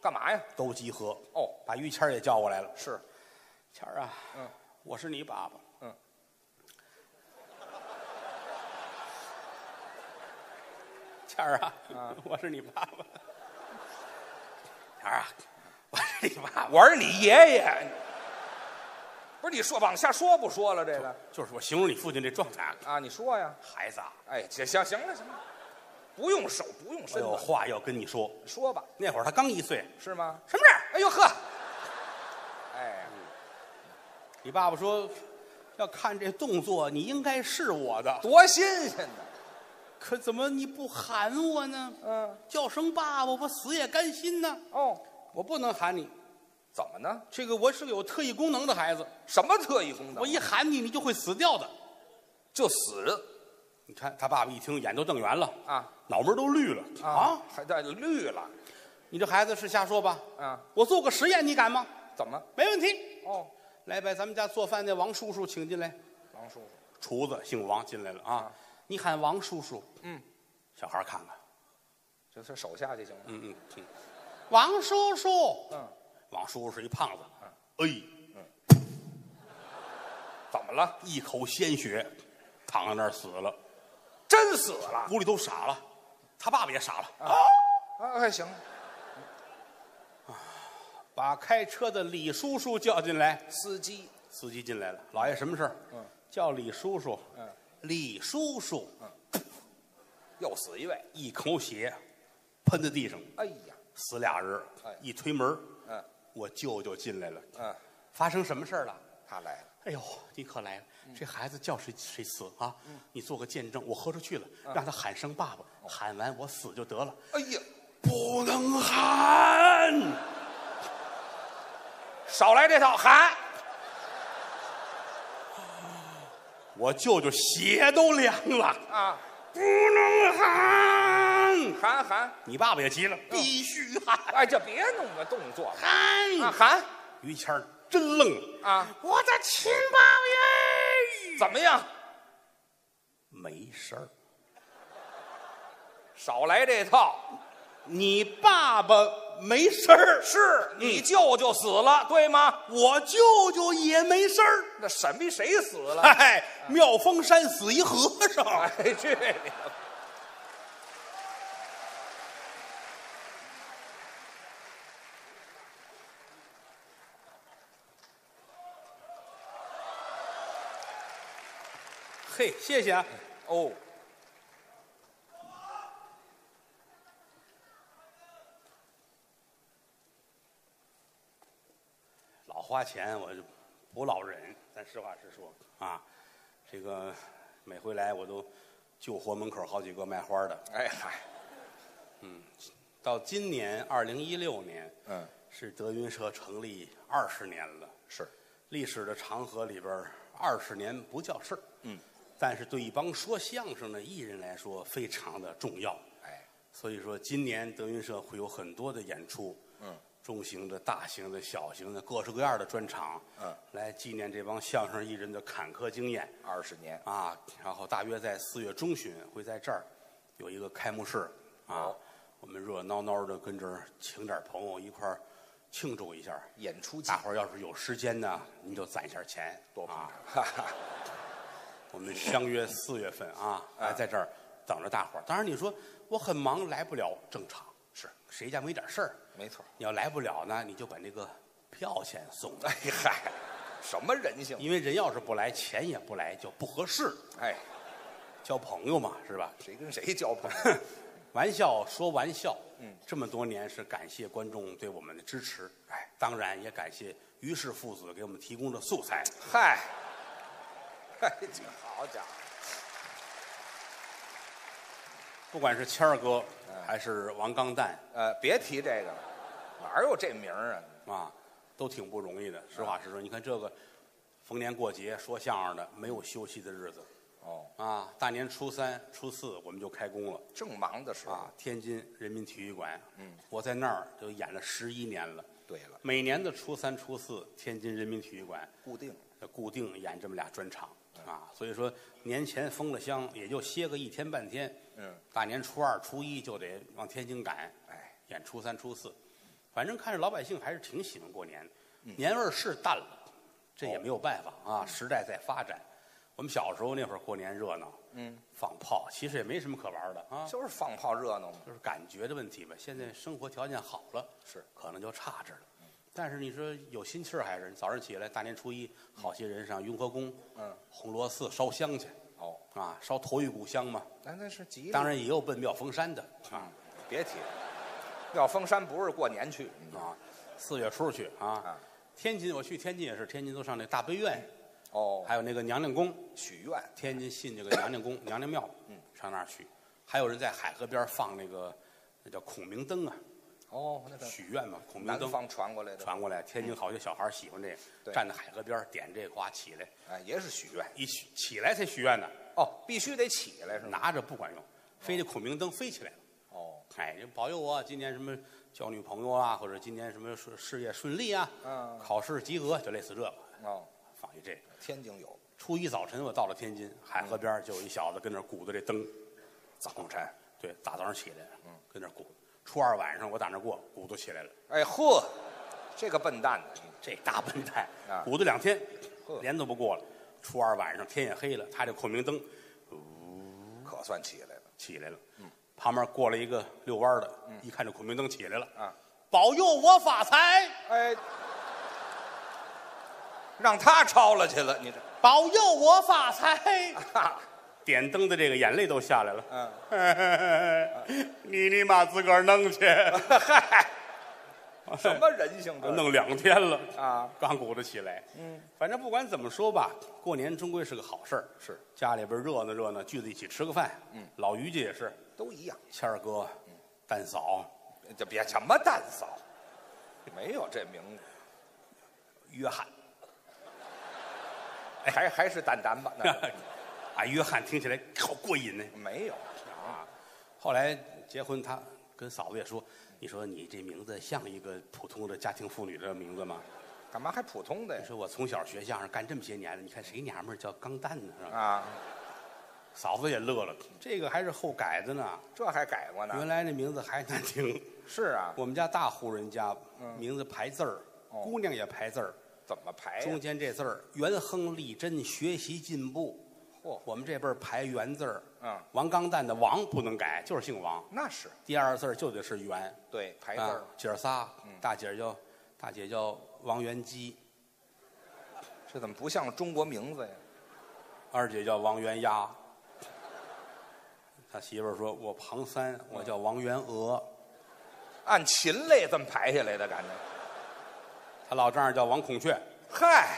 [SPEAKER 2] 干嘛呀？
[SPEAKER 1] 都集合，
[SPEAKER 2] 哦，
[SPEAKER 1] 把于谦儿也叫过来了。
[SPEAKER 2] 是，
[SPEAKER 1] 谦儿啊，
[SPEAKER 2] 嗯，
[SPEAKER 1] 我是你爸爸。
[SPEAKER 2] 嗯，
[SPEAKER 1] 谦儿啊，我是你爸爸。谦儿啊，我是你爸爸。
[SPEAKER 2] 我是你爷爷。不是你说往下说不说了？这个
[SPEAKER 1] 就是我形容你父亲这状态啊，
[SPEAKER 2] 啊，你说呀。
[SPEAKER 1] 孩子啊，
[SPEAKER 2] 哎，行行行了行了，不用手不用
[SPEAKER 1] 我
[SPEAKER 2] 身
[SPEAKER 1] 有
[SPEAKER 2] 子，
[SPEAKER 1] 哎话要跟你说。
[SPEAKER 2] 说吧，
[SPEAKER 1] 那会儿他刚一岁，
[SPEAKER 2] 是吗？
[SPEAKER 1] 什么事儿？
[SPEAKER 2] 哎呦呵，哎，
[SPEAKER 1] 你爸爸说，要看这动作，你应该是我的。
[SPEAKER 2] 多新鲜呢！
[SPEAKER 1] 可怎么你不喊我呢？
[SPEAKER 2] 嗯，
[SPEAKER 1] 叫声爸爸，我死也甘心呢。
[SPEAKER 2] 哦，
[SPEAKER 1] 我不能喊你，
[SPEAKER 2] 怎么呢？
[SPEAKER 1] 这个我是个有特异功能的孩子，
[SPEAKER 2] 什么特异功能？
[SPEAKER 1] 我一喊你，你就会死掉的。
[SPEAKER 2] 就死人
[SPEAKER 1] 你看他爸爸一听，眼都瞪圆了，
[SPEAKER 2] 啊
[SPEAKER 1] 脑门都绿了啊！，
[SPEAKER 2] 还带绿了
[SPEAKER 1] 你这孩子是瞎说吧？
[SPEAKER 2] 啊？
[SPEAKER 1] 我做个实验，你敢吗？
[SPEAKER 2] 怎么？
[SPEAKER 1] 没问题。
[SPEAKER 2] 哦，
[SPEAKER 1] 来，把咱们家做饭那王叔叔请进来，
[SPEAKER 2] 王叔叔，
[SPEAKER 1] 厨子姓王进来了啊
[SPEAKER 2] 啊！
[SPEAKER 1] 你喊王叔叔，
[SPEAKER 2] 嗯，
[SPEAKER 1] 小孩看看，
[SPEAKER 2] 这是手下去行吗？
[SPEAKER 1] 嗯嗯嗯，王叔叔，
[SPEAKER 2] 嗯，
[SPEAKER 1] 王叔叔是一胖子，哎，
[SPEAKER 2] 怎么了？
[SPEAKER 1] 一口鲜血，躺在那儿死了。
[SPEAKER 2] 嗯真死了？
[SPEAKER 1] 屋里都傻了，他爸爸也傻了。
[SPEAKER 2] 啊，还行，
[SPEAKER 1] 把开车的李叔叔叫进来，
[SPEAKER 2] 司机，
[SPEAKER 1] 司机进来了，老爷什么事儿？
[SPEAKER 2] 嗯，
[SPEAKER 1] 叫李叔叔。
[SPEAKER 2] 嗯，
[SPEAKER 1] 李叔叔，
[SPEAKER 2] 又死一位。
[SPEAKER 1] 一口血喷在地上，
[SPEAKER 2] 哎呀，
[SPEAKER 1] 死俩人
[SPEAKER 2] 哎，
[SPEAKER 1] 一推门，
[SPEAKER 2] 嗯
[SPEAKER 1] 我舅舅进来了，
[SPEAKER 2] 嗯，
[SPEAKER 1] 发生什么事儿了？
[SPEAKER 2] 他来了，
[SPEAKER 1] 哎呦，你可来了！这孩子叫谁谁死啊？你做个见证，我豁出去了，让他喊声爸爸，喊完我死就得了。
[SPEAKER 2] 哎呀，
[SPEAKER 1] 不能喊！
[SPEAKER 2] 少来这套喊，
[SPEAKER 1] 我舅舅血都凉了，
[SPEAKER 2] 啊，
[SPEAKER 1] 不能喊！
[SPEAKER 2] 喊喊，
[SPEAKER 1] 你爸爸也急了，必须喊
[SPEAKER 2] 哎，这别弄个动作了，啊
[SPEAKER 1] 喊！
[SPEAKER 2] 喊
[SPEAKER 1] 于谦儿真愣了，
[SPEAKER 2] 啊，
[SPEAKER 1] 我的亲爸爸耶！
[SPEAKER 2] 怎么样？
[SPEAKER 1] 没事儿，
[SPEAKER 2] 少来这套，
[SPEAKER 1] 你爸爸没事儿，
[SPEAKER 2] 是你舅舅死了，对吗？
[SPEAKER 1] 我舅舅也没事儿。
[SPEAKER 2] 那什么谁死了？
[SPEAKER 1] 嗨，哎妙峰山死一和尚，
[SPEAKER 2] 哎，去你的！
[SPEAKER 1] 嘿，谢谢啊！
[SPEAKER 2] 哦，
[SPEAKER 1] 老花钱我就不老忍，咱实话实说啊，这个每回来我都救活门口好几个卖花的。
[SPEAKER 2] 哎嗨，
[SPEAKER 1] 到今年二零一六年
[SPEAKER 2] 嗯，
[SPEAKER 1] 是德云社成立二十年了，
[SPEAKER 2] 是，
[SPEAKER 1] 历史的长河里边二十年不叫事儿，嗯，但是对一帮说相声的艺人来说非常的重要。
[SPEAKER 2] 哎，
[SPEAKER 1] 所以说，今年德云社会有很多的演出，嗯，中型的、大型的、小型的，各式各样的专场，
[SPEAKER 2] 嗯，
[SPEAKER 1] 来纪念这帮相声艺人的坎坷经验
[SPEAKER 2] 二十年，
[SPEAKER 1] 啊。然后大约在四月中旬会在这儿有一个开幕式啊
[SPEAKER 2] 好，
[SPEAKER 1] 我们热热闹闹的跟这儿请点朋友一块儿庆祝一下。
[SPEAKER 2] 演出季
[SPEAKER 1] 大伙儿要是有时间呢，您就攒一下钱，
[SPEAKER 2] 多捧
[SPEAKER 1] 啊！
[SPEAKER 2] 场，哈哈，
[SPEAKER 1] 我们相约四月份啊，来在这儿等着大伙儿。当然你说我很忙来不了，正常是谁家没点事儿。
[SPEAKER 2] 没错。
[SPEAKER 1] 你要来不了呢，你就把那个票钱送了，
[SPEAKER 2] 哎嗨，什么人性？
[SPEAKER 1] 因为人要是不来，钱也不来，就不合适，
[SPEAKER 2] 哎，
[SPEAKER 1] 交朋友嘛，是吧？
[SPEAKER 2] 谁跟谁交朋友？
[SPEAKER 1] 玩笑说玩笑，嗯，这么多年是感谢观众对我们的支持，哎，当然也感谢于氏父子给我们提供的素材。
[SPEAKER 2] 嗨，哎，这好家伙，
[SPEAKER 1] 不管是谦儿哥还是王刚蛋
[SPEAKER 2] 呃，别提这个了，哪有这名儿啊？
[SPEAKER 1] 啊，都挺不容易的。实话实说，你看这个逢年过节说相声的没有休息的日子
[SPEAKER 2] 哦，
[SPEAKER 1] 啊，大年初三、初四我们就开工了。
[SPEAKER 2] 正忙的时候。
[SPEAKER 1] 啊，天津人民体育馆，嗯，我在那儿就演了十一年了。
[SPEAKER 2] 对了，
[SPEAKER 1] 每年的初三、初四，天津人民体育馆
[SPEAKER 2] 固定
[SPEAKER 1] 呃固定演这么俩专场啊，所以说年前封了箱，也就歇个一天半天。
[SPEAKER 2] 嗯，
[SPEAKER 1] 大年初二、初一就得往天津赶，
[SPEAKER 2] 哎，
[SPEAKER 1] 演初三、初四，反正看着老百姓还是挺喜欢过年的，年味儿是淡了，这也没有办法啊，时代在发展。我们小时候那会儿过年热闹，嗯，放炮，其实也没什么可玩儿的啊，
[SPEAKER 2] 就是放炮热闹嘛。
[SPEAKER 1] 就是感觉的问题吧。现在生活条件好了，
[SPEAKER 2] 是
[SPEAKER 1] 可能就差着了。但是你说有心气儿还是？你早上起来大年初一，好些人上雍和宫、
[SPEAKER 2] 嗯，
[SPEAKER 1] 红螺寺烧香去
[SPEAKER 2] 哦，
[SPEAKER 1] 啊，烧头一股香嘛。
[SPEAKER 2] 那那是吉利。
[SPEAKER 1] 当然也有奔妙峰山的
[SPEAKER 2] 啊，别提妙峰山不是过年去，嗯
[SPEAKER 1] 啊，四月初去啊
[SPEAKER 2] 啊。
[SPEAKER 1] 天津我去天津也是，天津都上那大悲院，
[SPEAKER 2] 哦，
[SPEAKER 1] 还有那个娘娘宫，
[SPEAKER 2] 许愿
[SPEAKER 1] 天津信这个娘娘宫、娘娘庙，嗯，上那儿去。还有人在海河边放那个那叫孔明灯啊，
[SPEAKER 2] 哦，那是
[SPEAKER 1] 许愿嘛，孔明
[SPEAKER 2] 南
[SPEAKER 1] 灯。
[SPEAKER 2] 方传过来的，
[SPEAKER 1] 传过来，天津好些小孩喜欢这个，
[SPEAKER 2] 对
[SPEAKER 1] 站在海河边儿点这花起来，
[SPEAKER 2] 哎，也是许愿
[SPEAKER 1] 一起起来才许愿呢，
[SPEAKER 2] 哦，必须得起来是吗？
[SPEAKER 1] 拿着不管用，非得孔明灯飞起来了。
[SPEAKER 2] 哦，
[SPEAKER 1] 哎，人保佑我今年什么交女朋友啊，或者今年什么事事业顺利啊，
[SPEAKER 2] 嗯
[SPEAKER 1] 考试及格，就类似这个，
[SPEAKER 2] 哦，
[SPEAKER 1] 放一这个。
[SPEAKER 2] 天津有
[SPEAKER 1] 初一早晨我到了天津海
[SPEAKER 2] 嗯
[SPEAKER 1] 河边儿，就有一小子跟那儿鼓捣这灯，
[SPEAKER 2] 早晨，
[SPEAKER 1] 对，大早上起来，
[SPEAKER 2] 嗯
[SPEAKER 1] 跟那儿鼓。初二晚上我打那儿过，鼓捣起来了。
[SPEAKER 2] 哎呵，这个笨蛋呢，
[SPEAKER 1] 这大笨蛋
[SPEAKER 2] 啊
[SPEAKER 1] 鼓捣两天
[SPEAKER 2] 呵，
[SPEAKER 1] 年都不过了。初二晚上天也黑了，他这孔明灯
[SPEAKER 2] 可算起来了。
[SPEAKER 1] 起来了。
[SPEAKER 2] 嗯
[SPEAKER 1] 旁边过来一个遛弯的，一看这孔明灯起来了，
[SPEAKER 2] 啊，
[SPEAKER 1] 保佑我发财，
[SPEAKER 2] 哎，让他抄了去了，你这
[SPEAKER 1] 保佑我发财。
[SPEAKER 2] 哈，
[SPEAKER 1] 点灯的这个眼泪都下来了。
[SPEAKER 2] 嗯，
[SPEAKER 1] 你尼玛自个儿弄 去，
[SPEAKER 2] 嗨，什么人性这
[SPEAKER 1] 弄两天了，
[SPEAKER 2] 啊？
[SPEAKER 1] 刚鼓得起来。嗯，反正不管怎么说吧，过年终归是个好事儿。
[SPEAKER 2] 是，
[SPEAKER 1] 家里边热闹热闹，聚在一起吃个饭。嗯，老于家也是，
[SPEAKER 2] 都一样，
[SPEAKER 1] 谦儿哥、蛋嫂、
[SPEAKER 2] 就别什么蛋嫂，没有这名字，
[SPEAKER 1] 约翰。 哎
[SPEAKER 2] 还还是蛋蛋吧？那
[SPEAKER 1] 啊，约翰听起来好过瘾呢。
[SPEAKER 2] 没有啊，
[SPEAKER 1] 后来结婚，他跟嫂子也说：“你说你这名字像一个普通的家庭妇女的名字吗？”
[SPEAKER 2] 干嘛还普通的
[SPEAKER 1] 你
[SPEAKER 2] 呀？
[SPEAKER 1] 说我从小学相声干这么些年了，你看谁娘们儿叫钢蛋呢？是吧？
[SPEAKER 2] 啊，
[SPEAKER 1] 嫂子也乐了，这个还是后改的呢，
[SPEAKER 2] 这还改过呢？
[SPEAKER 1] 原来那名字还难听。
[SPEAKER 2] 是啊，
[SPEAKER 1] 我们家大户人家，名字排字儿，
[SPEAKER 2] 嗯哦哎
[SPEAKER 1] 姑娘也排字儿，
[SPEAKER 2] 怎么排呀？
[SPEAKER 1] 中间这字儿元亨利贞，学习进步。
[SPEAKER 2] 嚯
[SPEAKER 1] 我们这辈儿排元字儿，
[SPEAKER 2] 嗯，
[SPEAKER 1] 王钢蛋的王不能改，就是姓王，
[SPEAKER 2] 那是
[SPEAKER 1] 第二字儿就得是元。
[SPEAKER 2] 对排字
[SPEAKER 1] 啊
[SPEAKER 2] 儿，，嗯
[SPEAKER 1] 姐儿仨，大姐儿叫大姐叫王元姬，
[SPEAKER 2] 这怎么不像中国名字呀？
[SPEAKER 1] 二姐叫王元丫。 他媳妇儿说：“我庞
[SPEAKER 2] 嗯
[SPEAKER 1] 三，我叫王元娥，
[SPEAKER 2] 按禽类这么排下来的感觉。
[SPEAKER 1] 他老丈人叫王孔雀，
[SPEAKER 2] 嗨，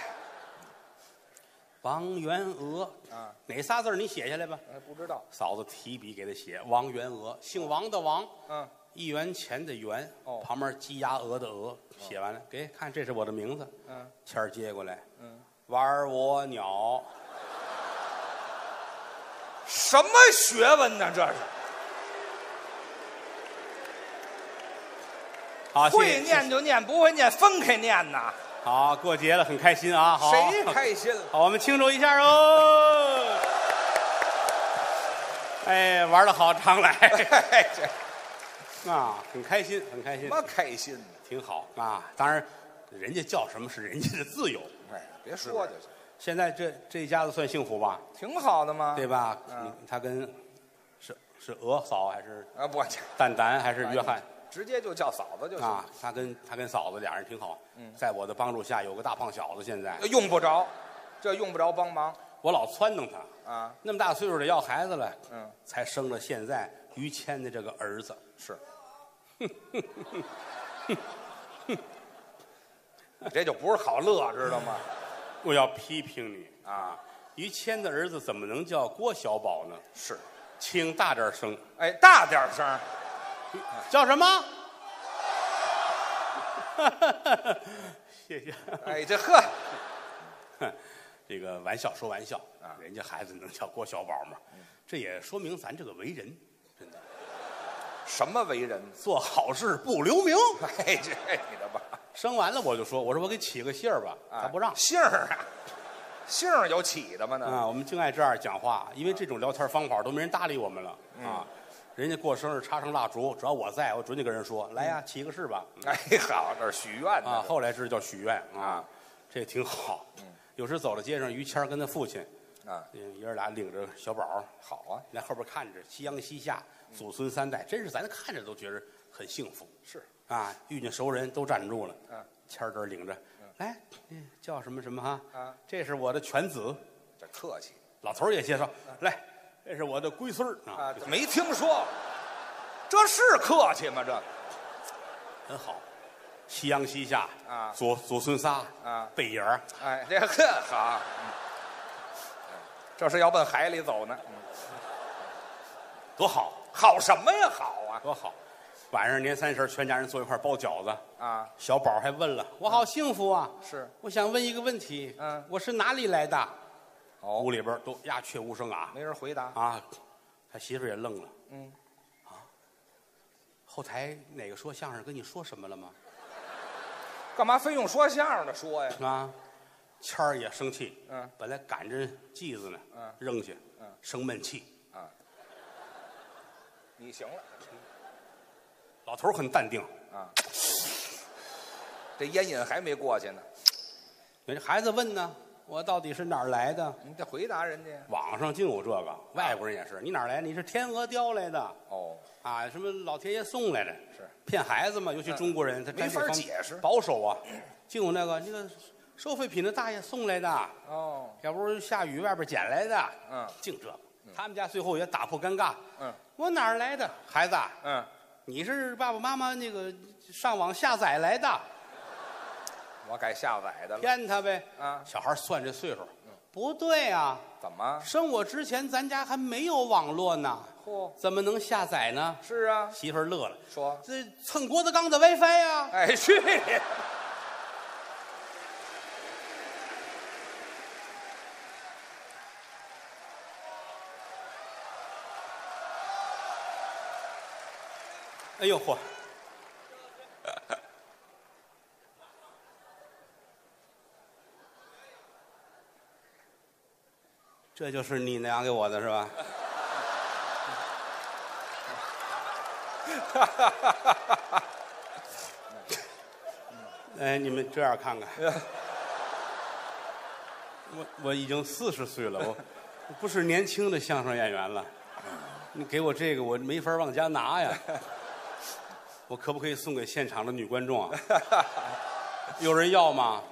[SPEAKER 1] 王元娥。
[SPEAKER 2] 啊，
[SPEAKER 1] 哪仨字儿你写下来吧。
[SPEAKER 2] 哎不知道，”
[SPEAKER 1] 嫂子提笔给他写王元娥，姓王的王，
[SPEAKER 2] 嗯，
[SPEAKER 1] 一元钱的元，
[SPEAKER 2] 哦
[SPEAKER 1] 旁边鸡鸭鹅的鹅，写完了，给看这是我的名字。
[SPEAKER 2] 嗯
[SPEAKER 1] 谦儿接过来，
[SPEAKER 2] 嗯，
[SPEAKER 1] 玩我鸟，
[SPEAKER 2] 什么学问呢？这是
[SPEAKER 1] 好，谢谢
[SPEAKER 2] 会念就念，不会念分开念呐。
[SPEAKER 1] 好，过节了很开心啊，好，
[SPEAKER 2] 谁开心了？
[SPEAKER 1] 好，我们庆祝一下 哦！哎，玩的好，常 来
[SPEAKER 2] 哎，这
[SPEAKER 1] 啊，很开心，很开
[SPEAKER 2] 什
[SPEAKER 1] 心，
[SPEAKER 2] 么开心呢？
[SPEAKER 1] 挺好啊。当然，人家叫什么是人家的自由。
[SPEAKER 2] 哎，别说就行，
[SPEAKER 1] 现在这这一家子算幸福吧，
[SPEAKER 2] 挺好的嘛。
[SPEAKER 1] 对吧？
[SPEAKER 2] 嗯
[SPEAKER 1] 你他跟啊是是娥嫂还是
[SPEAKER 2] 啊，不，
[SPEAKER 1] 蛋蛋还是约翰
[SPEAKER 2] 直接就叫嫂子就行，
[SPEAKER 1] 啊？他跟他跟嫂子俩人挺好，在我的帮助下有个大胖小子。现在
[SPEAKER 2] 用不着，这用不着帮忙
[SPEAKER 1] 我老撺掇他，
[SPEAKER 2] 啊。
[SPEAKER 1] 那么大岁数得要孩子了，
[SPEAKER 2] 嗯，
[SPEAKER 1] 才生了现在于谦的这个儿子。
[SPEAKER 2] 是， 你这就不是好乐，知道吗？
[SPEAKER 1] 我要批评你，
[SPEAKER 2] 啊，
[SPEAKER 1] 于谦的儿子怎么能叫郭小宝呢？
[SPEAKER 2] 是，
[SPEAKER 1] 请大点声，
[SPEAKER 2] 哎，大点声儿，
[SPEAKER 1] 叫什么？ 谢谢。
[SPEAKER 2] 哎，这呵，
[SPEAKER 1] 这个玩笑说玩笑
[SPEAKER 2] 啊嗯
[SPEAKER 1] 人家孩子能叫郭小宝吗？这也说明咱这个为人，真的
[SPEAKER 2] 什么为人？
[SPEAKER 1] 做好事不留名。
[SPEAKER 2] 哎，这你的吧，
[SPEAKER 1] 生完了我就说，我说我给起个姓儿吧，
[SPEAKER 2] 啊
[SPEAKER 1] 他不让。
[SPEAKER 2] 姓儿啊，姓儿有起的吗？那
[SPEAKER 1] 啊，我们净爱这样讲话，因为这种聊天方法都没人搭理我们了
[SPEAKER 2] 嗯
[SPEAKER 1] 啊。人家过生日插上蜡烛，只要我在，我准得跟人说，来呀，起个誓吧。
[SPEAKER 2] 哎，好，这是许愿
[SPEAKER 1] 啊，
[SPEAKER 2] 呢。
[SPEAKER 1] 后来知道叫许愿啊
[SPEAKER 2] 啊，嗯
[SPEAKER 1] 这挺好。有时走到街上，于谦儿跟他父亲，
[SPEAKER 2] 啊，
[SPEAKER 1] 嗯爷儿俩领着小宝儿，
[SPEAKER 2] 好啊，
[SPEAKER 1] 在后边看着，夕阳西下，
[SPEAKER 2] 嗯
[SPEAKER 1] 祖孙三代，真是咱看着都觉着很幸福
[SPEAKER 2] 是，
[SPEAKER 1] 啊！遇见熟人都站住了，
[SPEAKER 2] 嗯，
[SPEAKER 1] 谦儿这儿领着，来，嗯叫什么什么哈？
[SPEAKER 2] 啊，
[SPEAKER 1] 这是我的犬子，
[SPEAKER 2] 这客气
[SPEAKER 1] 老头儿也介绍，来，这是我的龟孙儿
[SPEAKER 2] 嗯啊
[SPEAKER 1] 啊，，
[SPEAKER 2] 没听说，这是客气吗？这
[SPEAKER 1] 很好。夕阳西下
[SPEAKER 2] 啊
[SPEAKER 1] 祖祖孙仨
[SPEAKER 2] 啊
[SPEAKER 1] 背影儿
[SPEAKER 2] 哎，这呵好，嗯这是要奔海里走呢。嗯
[SPEAKER 1] 多好
[SPEAKER 2] 好什么呀？好啊
[SPEAKER 1] 多好！晚上年三十儿全家人坐一块儿包饺子，
[SPEAKER 2] 啊！
[SPEAKER 1] 小宝还问了：“我好幸福啊！”
[SPEAKER 2] 是
[SPEAKER 1] 我想问一个问题，
[SPEAKER 2] 嗯
[SPEAKER 1] 我是哪里来的？
[SPEAKER 2] 哦
[SPEAKER 1] 屋里边都鸦雀无声啊
[SPEAKER 2] 没人回答。
[SPEAKER 1] 啊！他媳妇儿也愣了，啊
[SPEAKER 2] 嗯，
[SPEAKER 1] 后台哪个说相声跟你说什么了吗？
[SPEAKER 2] 干嘛非用说相声的说呀？
[SPEAKER 1] 啊，谦儿也生气，
[SPEAKER 2] 嗯，
[SPEAKER 1] 本来赶着季子呢，
[SPEAKER 2] 嗯，
[SPEAKER 1] 扔下，
[SPEAKER 2] 嗯，
[SPEAKER 1] 生闷气。
[SPEAKER 2] 啊，你行了
[SPEAKER 1] 老头儿很淡定，
[SPEAKER 2] 啊！这烟瘾还没过去呢，
[SPEAKER 1] 人家孩子问呢，我到底是哪儿来的？
[SPEAKER 2] 你得回答人家呀。
[SPEAKER 1] 网上净有这个，外国人也是，你哪儿来？你是天鹅雕来的
[SPEAKER 2] 哦，
[SPEAKER 1] 啊？什么老天爷送来的？
[SPEAKER 2] 是嗯
[SPEAKER 1] 骗孩子嘛，尤其中国人，他
[SPEAKER 2] 没
[SPEAKER 1] 沾这
[SPEAKER 2] 法
[SPEAKER 1] 方
[SPEAKER 2] 解释嗯
[SPEAKER 1] 保守啊，净有那个那个收废品的大爷送来的，
[SPEAKER 2] 哦，
[SPEAKER 1] 要不下雨外边捡来的，
[SPEAKER 2] 嗯
[SPEAKER 1] 净这个。他们家最后也打破尴尬。
[SPEAKER 2] 嗯
[SPEAKER 1] 我哪儿来的孩子啊？
[SPEAKER 2] 嗯，
[SPEAKER 1] 你是爸爸妈妈那个上网下载来的？
[SPEAKER 2] 我改下载的了。
[SPEAKER 1] 骗他呗。
[SPEAKER 2] 啊，
[SPEAKER 1] 小孩算这岁数，
[SPEAKER 2] 嗯
[SPEAKER 1] 不对啊，
[SPEAKER 2] 怎么？
[SPEAKER 1] 生我之前咱家还没有网络呢，
[SPEAKER 2] 嚯，
[SPEAKER 1] 怎么能下载呢？
[SPEAKER 2] 是啊，
[SPEAKER 1] 媳妇儿乐了，
[SPEAKER 2] 说，
[SPEAKER 1] 这蹭郭德纲的 WiFi 啊呀、
[SPEAKER 2] 哎，去你！
[SPEAKER 1] 哎呦嚯！ 这就是你娘给我的是吧？ 哎，你们这样看看，我我已经四十岁了，我我不是年轻的相声演员了。你给我这个，我没法往家拿呀。我可不可以送给现场的女观 众啊？有人要吗？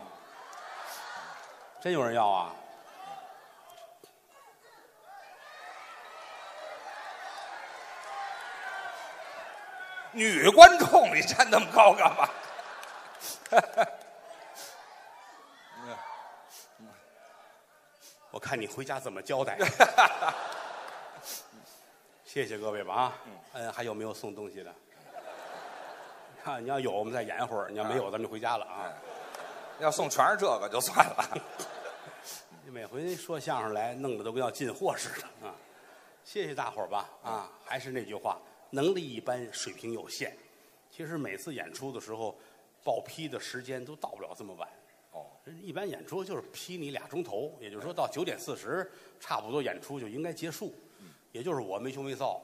[SPEAKER 1] 真有人要啊？
[SPEAKER 2] 女观众，你站那么高干 嘛？
[SPEAKER 1] 我看你回家怎么交代。 谢谢各位吧啊！嗯，还有没有送东西的？看你要有，我们再演会儿；你要没有，咱们就回家了啊！
[SPEAKER 2] 要送全是这个就算了。
[SPEAKER 1] 每回说相声来，弄得都跟要进货似的啊！谢谢大伙儿吧啊！还是那句话，能力一般，水平有限。其实每次演出的时候，报批的时间都到不了这么晚。
[SPEAKER 2] 哦，
[SPEAKER 1] 人一般演出就是批你俩钟头，也就是说到九点四十，差不多演出就应该结束。也就是我没羞没臊，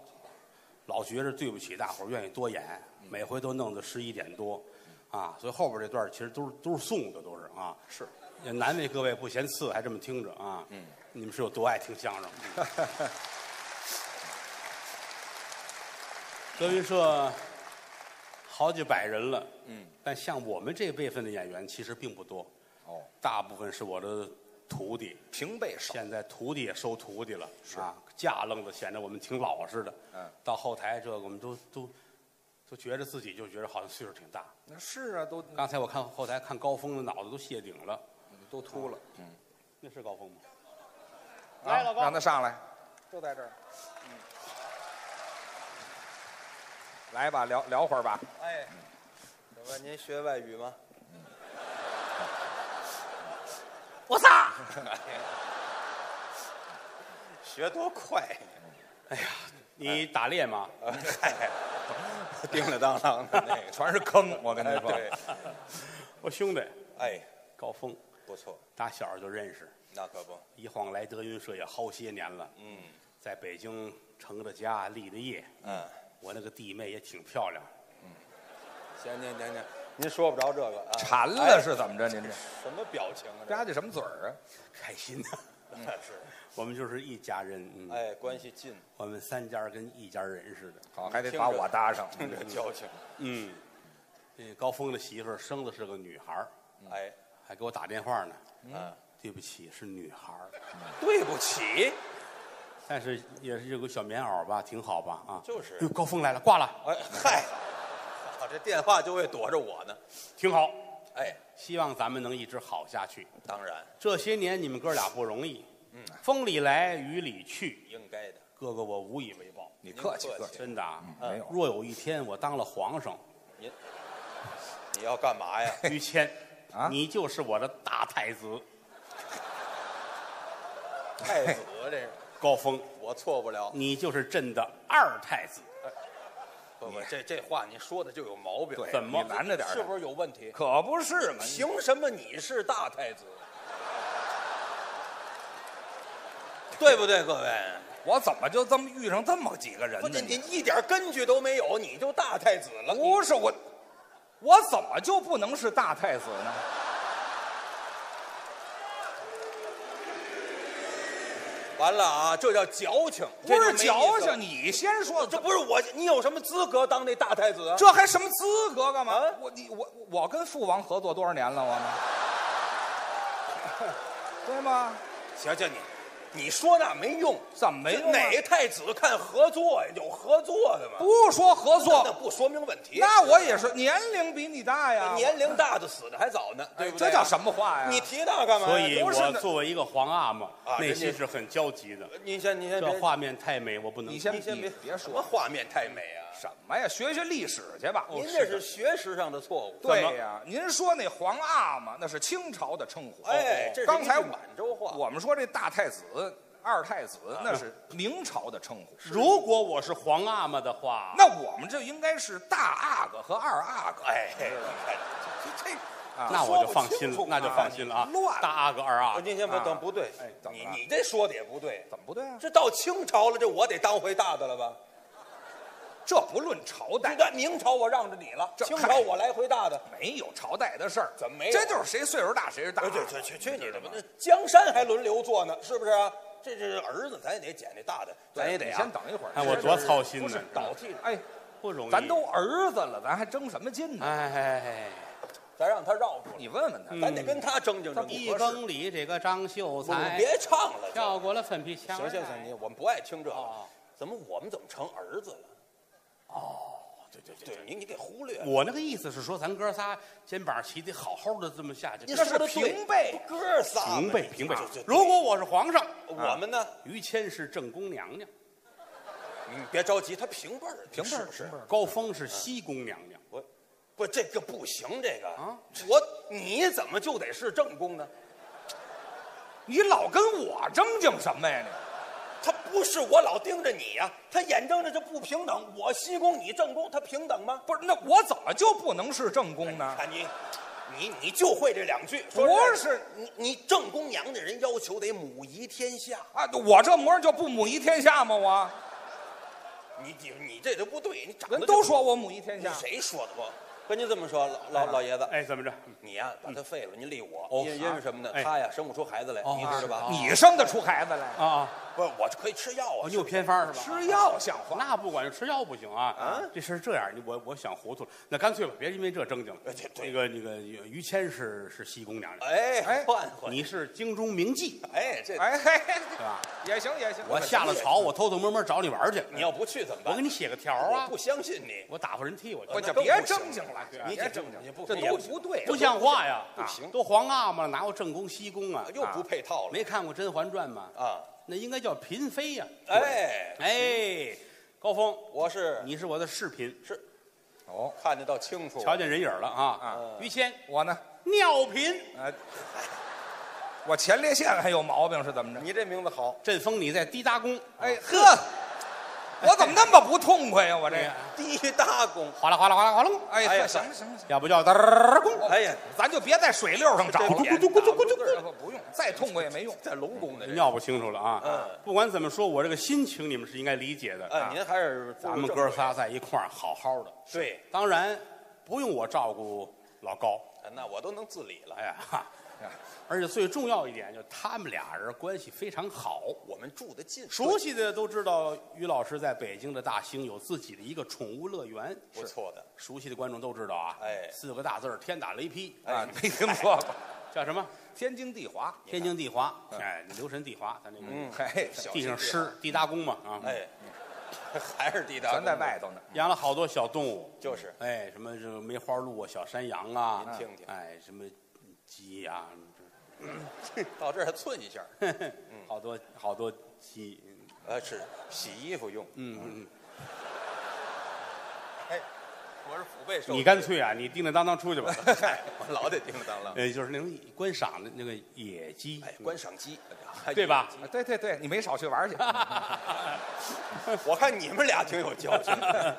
[SPEAKER 1] 老觉着对不起大伙儿，愿意多演，
[SPEAKER 2] 嗯
[SPEAKER 1] 每回都弄到十一点多，啊，所以后边这段其实都是都是送的，都是啊，
[SPEAKER 2] 是，
[SPEAKER 1] 也难为各位不嫌次，还这么听着啊。嗯，你们是有多爱听相声？ 德云社好几百人了，
[SPEAKER 2] 嗯，
[SPEAKER 1] 但像我们这辈分的演员其实并不多，
[SPEAKER 2] 哦，
[SPEAKER 1] 大部分是我的徒弟，
[SPEAKER 2] 平辈 少。
[SPEAKER 1] 现在徒弟也收徒弟了，啊，架愣子显得我们挺老似的。
[SPEAKER 2] 嗯，
[SPEAKER 1] 到后台这个我们都都都觉着自己就觉得好像岁数挺大。
[SPEAKER 2] 那是啊，都
[SPEAKER 1] 刚才我看后台看高峰的脑子都谢顶了，
[SPEAKER 2] 都秃了。
[SPEAKER 1] 那是高峰吗？
[SPEAKER 2] 啊
[SPEAKER 1] 来，老高
[SPEAKER 2] 让，他上来，就在这儿。嗯，来吧，聊聊会儿吧。
[SPEAKER 3] 哎，怎么您学外语吗？
[SPEAKER 1] 我操！
[SPEAKER 3] 学多快，
[SPEAKER 1] 你打猎吗？
[SPEAKER 3] 嗨， 叮了 当啷的那个。
[SPEAKER 2] 全是坑，我跟你
[SPEAKER 3] 哎，
[SPEAKER 2] 说。
[SPEAKER 3] 对，
[SPEAKER 1] 我兄弟
[SPEAKER 3] 哎，
[SPEAKER 1] 高峰，
[SPEAKER 3] 不错，
[SPEAKER 1] 打小就认识，
[SPEAKER 3] 那可不，
[SPEAKER 1] 一晃来德云社也好些年了，
[SPEAKER 3] 嗯
[SPEAKER 1] 在北京成了家，立了业。
[SPEAKER 3] 嗯，
[SPEAKER 1] 我那个弟妹也挺漂亮，
[SPEAKER 3] 行行行行，您说不着这个啊，
[SPEAKER 2] 馋了是怎么着？您这
[SPEAKER 3] 什么表情啊？
[SPEAKER 2] 吧唧什么嘴儿啊？
[SPEAKER 1] 开心的。
[SPEAKER 3] 这那是，
[SPEAKER 1] 我们就是一家人，嗯，
[SPEAKER 3] 哎，关系近，
[SPEAKER 1] 我们三家跟一家人似的。
[SPEAKER 2] 好，还得把我搭上。
[SPEAKER 3] 听着交情，
[SPEAKER 1] 嗯，这高峰的媳妇儿生的是个女孩儿
[SPEAKER 3] 哎，
[SPEAKER 1] 还给我打电话呢。
[SPEAKER 3] 啊，
[SPEAKER 1] 对不起，是女孩儿
[SPEAKER 2] 对不起，
[SPEAKER 1] 但是也是有个小棉袄吧，挺好吧啊。
[SPEAKER 3] 就是
[SPEAKER 1] 哟高峰来了，挂了，
[SPEAKER 3] 哎嗨，好，这电话就会躲着我呢，
[SPEAKER 1] 挺好。
[SPEAKER 3] 哎，
[SPEAKER 1] 希望咱们能一直好下去。
[SPEAKER 3] 当然
[SPEAKER 1] 这些年你们哥俩不容易，嗯，风里来雨里去，
[SPEAKER 3] 应该的，
[SPEAKER 1] 哥哥我无以为报，
[SPEAKER 2] 你客气
[SPEAKER 3] 您客
[SPEAKER 2] 客
[SPEAKER 3] 气
[SPEAKER 2] 气，
[SPEAKER 1] 真的啊。
[SPEAKER 3] 嗯
[SPEAKER 2] 没有
[SPEAKER 1] 若有一天我当了皇上，
[SPEAKER 3] 您你要干嘛 呀？
[SPEAKER 1] 于谦，
[SPEAKER 2] 啊
[SPEAKER 1] 你就是我的大太子
[SPEAKER 3] 太子这是，
[SPEAKER 1] 高峰，
[SPEAKER 3] 我错不了，
[SPEAKER 1] 你就是朕的二太子。
[SPEAKER 3] 不不，这这话你说的就有毛病，
[SPEAKER 2] 对，
[SPEAKER 1] 怎么
[SPEAKER 2] 你拦着点儿
[SPEAKER 3] 是
[SPEAKER 2] 吧
[SPEAKER 3] 不是有问题？
[SPEAKER 2] 可不是嘛，你
[SPEAKER 3] 凭什么你是大太 子？对不对，各位？
[SPEAKER 2] 我怎么就这么遇上这么几个人
[SPEAKER 3] 不
[SPEAKER 2] 呢
[SPEAKER 3] 是？你一点根据都没有，你就大太子了？
[SPEAKER 2] 不是我，我怎么就不能是大太子呢？
[SPEAKER 3] 完了啊，这叫矫情，
[SPEAKER 2] 不是矫情，
[SPEAKER 3] 这就没意思了，
[SPEAKER 2] 你先说，
[SPEAKER 3] 这不是我，你有什么资格当那大太子啊？
[SPEAKER 2] 这还什么资格干嘛？
[SPEAKER 3] 啊
[SPEAKER 2] 我你我我跟父王合作 多少年了，我们，对吗？
[SPEAKER 3] 行行你，你说那没用，
[SPEAKER 1] 怎么没用啊
[SPEAKER 3] 哪个太子看合作呀？有合作的吗？
[SPEAKER 2] 不说合
[SPEAKER 3] 那
[SPEAKER 2] 作，
[SPEAKER 3] 不说明问题。
[SPEAKER 2] 那我也是年龄比你大呀，
[SPEAKER 3] 年龄大的死的还早呢，对不对？
[SPEAKER 2] 这叫什么话呀？
[SPEAKER 3] 你提那干嘛呀？
[SPEAKER 1] 所以
[SPEAKER 3] 哎都是
[SPEAKER 1] 我
[SPEAKER 3] 那
[SPEAKER 1] 作为一个皇阿玛，
[SPEAKER 3] 啊
[SPEAKER 1] 内
[SPEAKER 3] 人家
[SPEAKER 1] 心是很焦急的。
[SPEAKER 3] 你先你先
[SPEAKER 1] 这
[SPEAKER 3] 别，
[SPEAKER 1] 画面太美，我不能。
[SPEAKER 2] 你先
[SPEAKER 3] 你先别
[SPEAKER 2] 别
[SPEAKER 3] 什么
[SPEAKER 2] 说
[SPEAKER 3] 画面太美啊！
[SPEAKER 2] 什么呀，学学历史去吧。
[SPEAKER 3] 您这哦是学识上的错误。
[SPEAKER 1] 怎么
[SPEAKER 2] 对呀，您说那皇阿玛那是清朝的称呼，
[SPEAKER 3] 哎，这是
[SPEAKER 2] 刚才
[SPEAKER 3] 一句
[SPEAKER 2] 我
[SPEAKER 3] 满洲话，
[SPEAKER 2] 我们说这大太子、二太子
[SPEAKER 3] 啊
[SPEAKER 2] 那是明朝的称呼，
[SPEAKER 1] 如果我是皇阿玛的话，
[SPEAKER 2] 那我们这应该是大阿哥和二阿哥。
[SPEAKER 3] 哎，你看
[SPEAKER 2] 这啊，
[SPEAKER 1] 那我就放心了
[SPEAKER 3] 说不清楚，
[SPEAKER 1] 那就放心了啊！
[SPEAKER 2] 乱
[SPEAKER 1] 大阿哥二阿
[SPEAKER 3] 啊，
[SPEAKER 1] 哥，
[SPEAKER 3] 您先不
[SPEAKER 2] 啊
[SPEAKER 3] 等，不对
[SPEAKER 2] 哎，怎么
[SPEAKER 3] 你
[SPEAKER 2] 了
[SPEAKER 3] 你这说的也不对。
[SPEAKER 2] 怎么不对啊？
[SPEAKER 3] 这到清朝了，这我得当回大的了吧？
[SPEAKER 2] 这不论朝代，
[SPEAKER 3] 那明朝我让着你了，
[SPEAKER 2] 这
[SPEAKER 3] 清朝我来回大的。
[SPEAKER 2] 没有朝代的事儿，
[SPEAKER 3] 怎么没有
[SPEAKER 2] 这就是谁岁数大谁是大
[SPEAKER 3] 哎，。对，去去去你的吧！那江山还轮流坐呢，是不是啊？这这儿子咱也得捡那大的，咱也得
[SPEAKER 2] 你
[SPEAKER 3] 啊
[SPEAKER 2] 先等一会儿。
[SPEAKER 1] 哎，我多操心
[SPEAKER 3] 不
[SPEAKER 1] 呢
[SPEAKER 3] 是，倒替，
[SPEAKER 2] 哎，
[SPEAKER 1] 不容易。
[SPEAKER 2] 咱都儿子了，咱还争什么劲呢？
[SPEAKER 1] 哎，
[SPEAKER 3] 咱让他绕住了，
[SPEAKER 2] 你问问他，
[SPEAKER 3] 咱得跟他争争争，
[SPEAKER 1] 一
[SPEAKER 3] 嗯不合适。哎
[SPEAKER 1] 更里这个张秀
[SPEAKER 3] 不
[SPEAKER 1] 才
[SPEAKER 3] 别唱了，
[SPEAKER 1] 跳过了粉皮
[SPEAKER 3] 就
[SPEAKER 1] 墙。
[SPEAKER 3] 行行行，你，我们不爱听这个
[SPEAKER 1] 哦。
[SPEAKER 3] 怎么我们怎么成儿子了？哦，对对对，你你给忽略了。
[SPEAKER 1] 我那个意思是说，咱哥仨肩膀齐得好好的这么下去。
[SPEAKER 3] 您
[SPEAKER 2] 这
[SPEAKER 3] 说的
[SPEAKER 2] 是平辈，
[SPEAKER 3] 哥仨嘛
[SPEAKER 1] 平辈平辈
[SPEAKER 3] 就就，
[SPEAKER 1] 如果我是皇上，
[SPEAKER 3] 我们呢？
[SPEAKER 1] 于谦是正宫娘娘，
[SPEAKER 3] 你别着急，他平辈儿，
[SPEAKER 2] 平辈
[SPEAKER 3] 是
[SPEAKER 2] 儿
[SPEAKER 3] 不是
[SPEAKER 2] 平辈儿
[SPEAKER 1] 高峰是西宫娘娘。
[SPEAKER 3] 我不，这个不行，这个
[SPEAKER 1] 啊，
[SPEAKER 3] 我你怎么就得是正宫呢？
[SPEAKER 2] 你老跟我争竞什么呀？你
[SPEAKER 3] 他不是我老盯着你呀、他眼睁着这不平等，我西宫你正宫，他平等吗？
[SPEAKER 2] 不是，那我怎么就不能是正宫呢？
[SPEAKER 3] 看你，你你就会这两句，说
[SPEAKER 2] 不
[SPEAKER 3] 实
[SPEAKER 2] 是
[SPEAKER 3] 在的你你正宫娘的人要求得母仪天下，
[SPEAKER 2] 啊，我这模样就不母仪天下吗？我
[SPEAKER 3] 你你你这都不对，你长得
[SPEAKER 2] 人
[SPEAKER 3] 就
[SPEAKER 2] 都说我母仪天
[SPEAKER 3] 你
[SPEAKER 2] 下，
[SPEAKER 3] 谁说的我跟您这么说，老老老爷子，
[SPEAKER 1] 哎，怎么着？
[SPEAKER 3] 你呀、把他废了，您立我，因为因为什么呢？
[SPEAKER 1] 哎
[SPEAKER 3] 他呀生不出孩子来，
[SPEAKER 1] 哦
[SPEAKER 3] 您知道吧？
[SPEAKER 2] 你生得出孩子来？
[SPEAKER 1] 啊啊！
[SPEAKER 3] 不是，我可以吃药啊
[SPEAKER 1] 哦，你，有偏方是吧？
[SPEAKER 2] 吃药像话？
[SPEAKER 1] 那不管用，吃药不行啊！这事儿这样，你我我想糊涂了，那干脆吧，别因为这正经了。
[SPEAKER 3] 哎对对
[SPEAKER 1] 那个那个于谦是是西宫娘娘，
[SPEAKER 3] 哎，
[SPEAKER 2] 哎
[SPEAKER 3] 换换，
[SPEAKER 1] 你是京中名妓，
[SPEAKER 3] 哎，这
[SPEAKER 2] 哎嘿，
[SPEAKER 1] 对吧？
[SPEAKER 2] 也行也行，
[SPEAKER 1] 我下了朝，我偷偷摸摸找你玩去。
[SPEAKER 3] 你要不去怎么
[SPEAKER 1] 我
[SPEAKER 3] 办
[SPEAKER 1] 给？你写个条啊
[SPEAKER 3] 我不，相信你，
[SPEAKER 1] 我打发人替我
[SPEAKER 2] 我
[SPEAKER 1] 去，
[SPEAKER 2] 就
[SPEAKER 3] 那更
[SPEAKER 2] 别
[SPEAKER 3] 不行
[SPEAKER 2] 正经了，
[SPEAKER 3] 你
[SPEAKER 2] 别
[SPEAKER 3] 这
[SPEAKER 2] 正
[SPEAKER 3] 正
[SPEAKER 2] 经，
[SPEAKER 3] 经不
[SPEAKER 2] 这
[SPEAKER 3] 也
[SPEAKER 2] 都不
[SPEAKER 3] 不
[SPEAKER 2] 对。
[SPEAKER 1] 不像话呀！啊
[SPEAKER 3] 不行哎
[SPEAKER 1] 都皇阿玛了，哪有正宫西宫啊？
[SPEAKER 3] 又不配套了
[SPEAKER 1] 没看过《甄嬛传》吗？
[SPEAKER 3] 啊！
[SPEAKER 1] 那应该叫嫔妃呀。
[SPEAKER 3] 哎，
[SPEAKER 1] 哎，高峰，
[SPEAKER 3] 我是
[SPEAKER 1] 你是我的视频，
[SPEAKER 3] 是
[SPEAKER 2] 哦，
[SPEAKER 3] 看得到清楚，
[SPEAKER 1] 瞧见人影了啊
[SPEAKER 3] 嗯
[SPEAKER 2] 啊！
[SPEAKER 1] 于谦，
[SPEAKER 2] 我呢，
[SPEAKER 1] 尿频。
[SPEAKER 2] 哎，我前列腺还有毛病是怎么着？
[SPEAKER 3] 你这名字好，
[SPEAKER 1] 振风你在滴答宫，
[SPEAKER 2] 哎呵，我怎么那么不痛快呀？我这
[SPEAKER 1] 哎
[SPEAKER 2] 个
[SPEAKER 1] 呀，
[SPEAKER 3] 滴答功，
[SPEAKER 1] 哗啦哗啦哗啦哗啦，
[SPEAKER 2] 哎
[SPEAKER 3] 哎呀
[SPEAKER 2] 呵行了行了行了，
[SPEAKER 1] 要不叫嘚儿宫，
[SPEAKER 3] 哎呀，
[SPEAKER 2] 咱就别在水溜上找了，
[SPEAKER 3] 这
[SPEAKER 2] 咕
[SPEAKER 3] 这
[SPEAKER 2] 咕咕咕咕咕
[SPEAKER 3] 这
[SPEAKER 2] 咕，不不用，再痛快也没用。
[SPEAKER 3] 在龙宫的人，
[SPEAKER 1] 尿不清楚了啊。
[SPEAKER 3] 嗯，
[SPEAKER 1] 不管怎么说，我这个心情你们是应该理解的。
[SPEAKER 3] 哎，您还是
[SPEAKER 1] 啊咱们哥仨在一块儿好好的，
[SPEAKER 3] 对，
[SPEAKER 1] 当然不用我照顾老高，
[SPEAKER 3] 那我都能自理了。
[SPEAKER 1] 哎呀，哈
[SPEAKER 2] 哎
[SPEAKER 1] 而且最重要一点，就他们俩人关系非常好。
[SPEAKER 3] 我们住得近，
[SPEAKER 1] 熟悉的都知道，于老师在北京的大兴有自己的一个宠物乐园，
[SPEAKER 3] 不错的，
[SPEAKER 1] 熟悉的观众都知道啊。
[SPEAKER 3] 哎
[SPEAKER 1] 四个大字儿天打雷劈，
[SPEAKER 2] 啊，没听说过，
[SPEAKER 1] 叫什么？
[SPEAKER 2] 天经地华。
[SPEAKER 1] 天经地华，哎，留神地华，咱这个
[SPEAKER 3] 嗯，
[SPEAKER 2] 嘿，
[SPEAKER 3] 小
[SPEAKER 1] 地
[SPEAKER 3] 心
[SPEAKER 1] 上
[SPEAKER 3] 点，
[SPEAKER 1] 湿，地大工嘛啊，
[SPEAKER 3] 哎，还是滴答功，
[SPEAKER 2] 咱在外头呢。
[SPEAKER 1] 养了好多小动物，
[SPEAKER 3] 就是
[SPEAKER 1] 哎，什么这个梅花鹿啊、小山羊啊，
[SPEAKER 3] 您听听
[SPEAKER 1] 哎，什么鸡呀、
[SPEAKER 3] 到这儿还寸一下，
[SPEAKER 1] 呵呵
[SPEAKER 3] 嗯
[SPEAKER 1] 好多好多鸡，
[SPEAKER 3] 呃，是洗衣服用，
[SPEAKER 1] 嗯嗯，
[SPEAKER 3] 哎，我是腹背受
[SPEAKER 1] 嗯，
[SPEAKER 3] 敌，
[SPEAKER 1] 你 干脆啊，你叮叮当当出去吧，
[SPEAKER 3] 嗨，我老得叮当啷，
[SPEAKER 1] 呃，就是那种观赏的那个野鸡，
[SPEAKER 3] 哎，观赏哎鸡，
[SPEAKER 1] 对吧？
[SPEAKER 2] 啊对对对，你没少去玩去。
[SPEAKER 3] 我看你们俩挺有教 训的，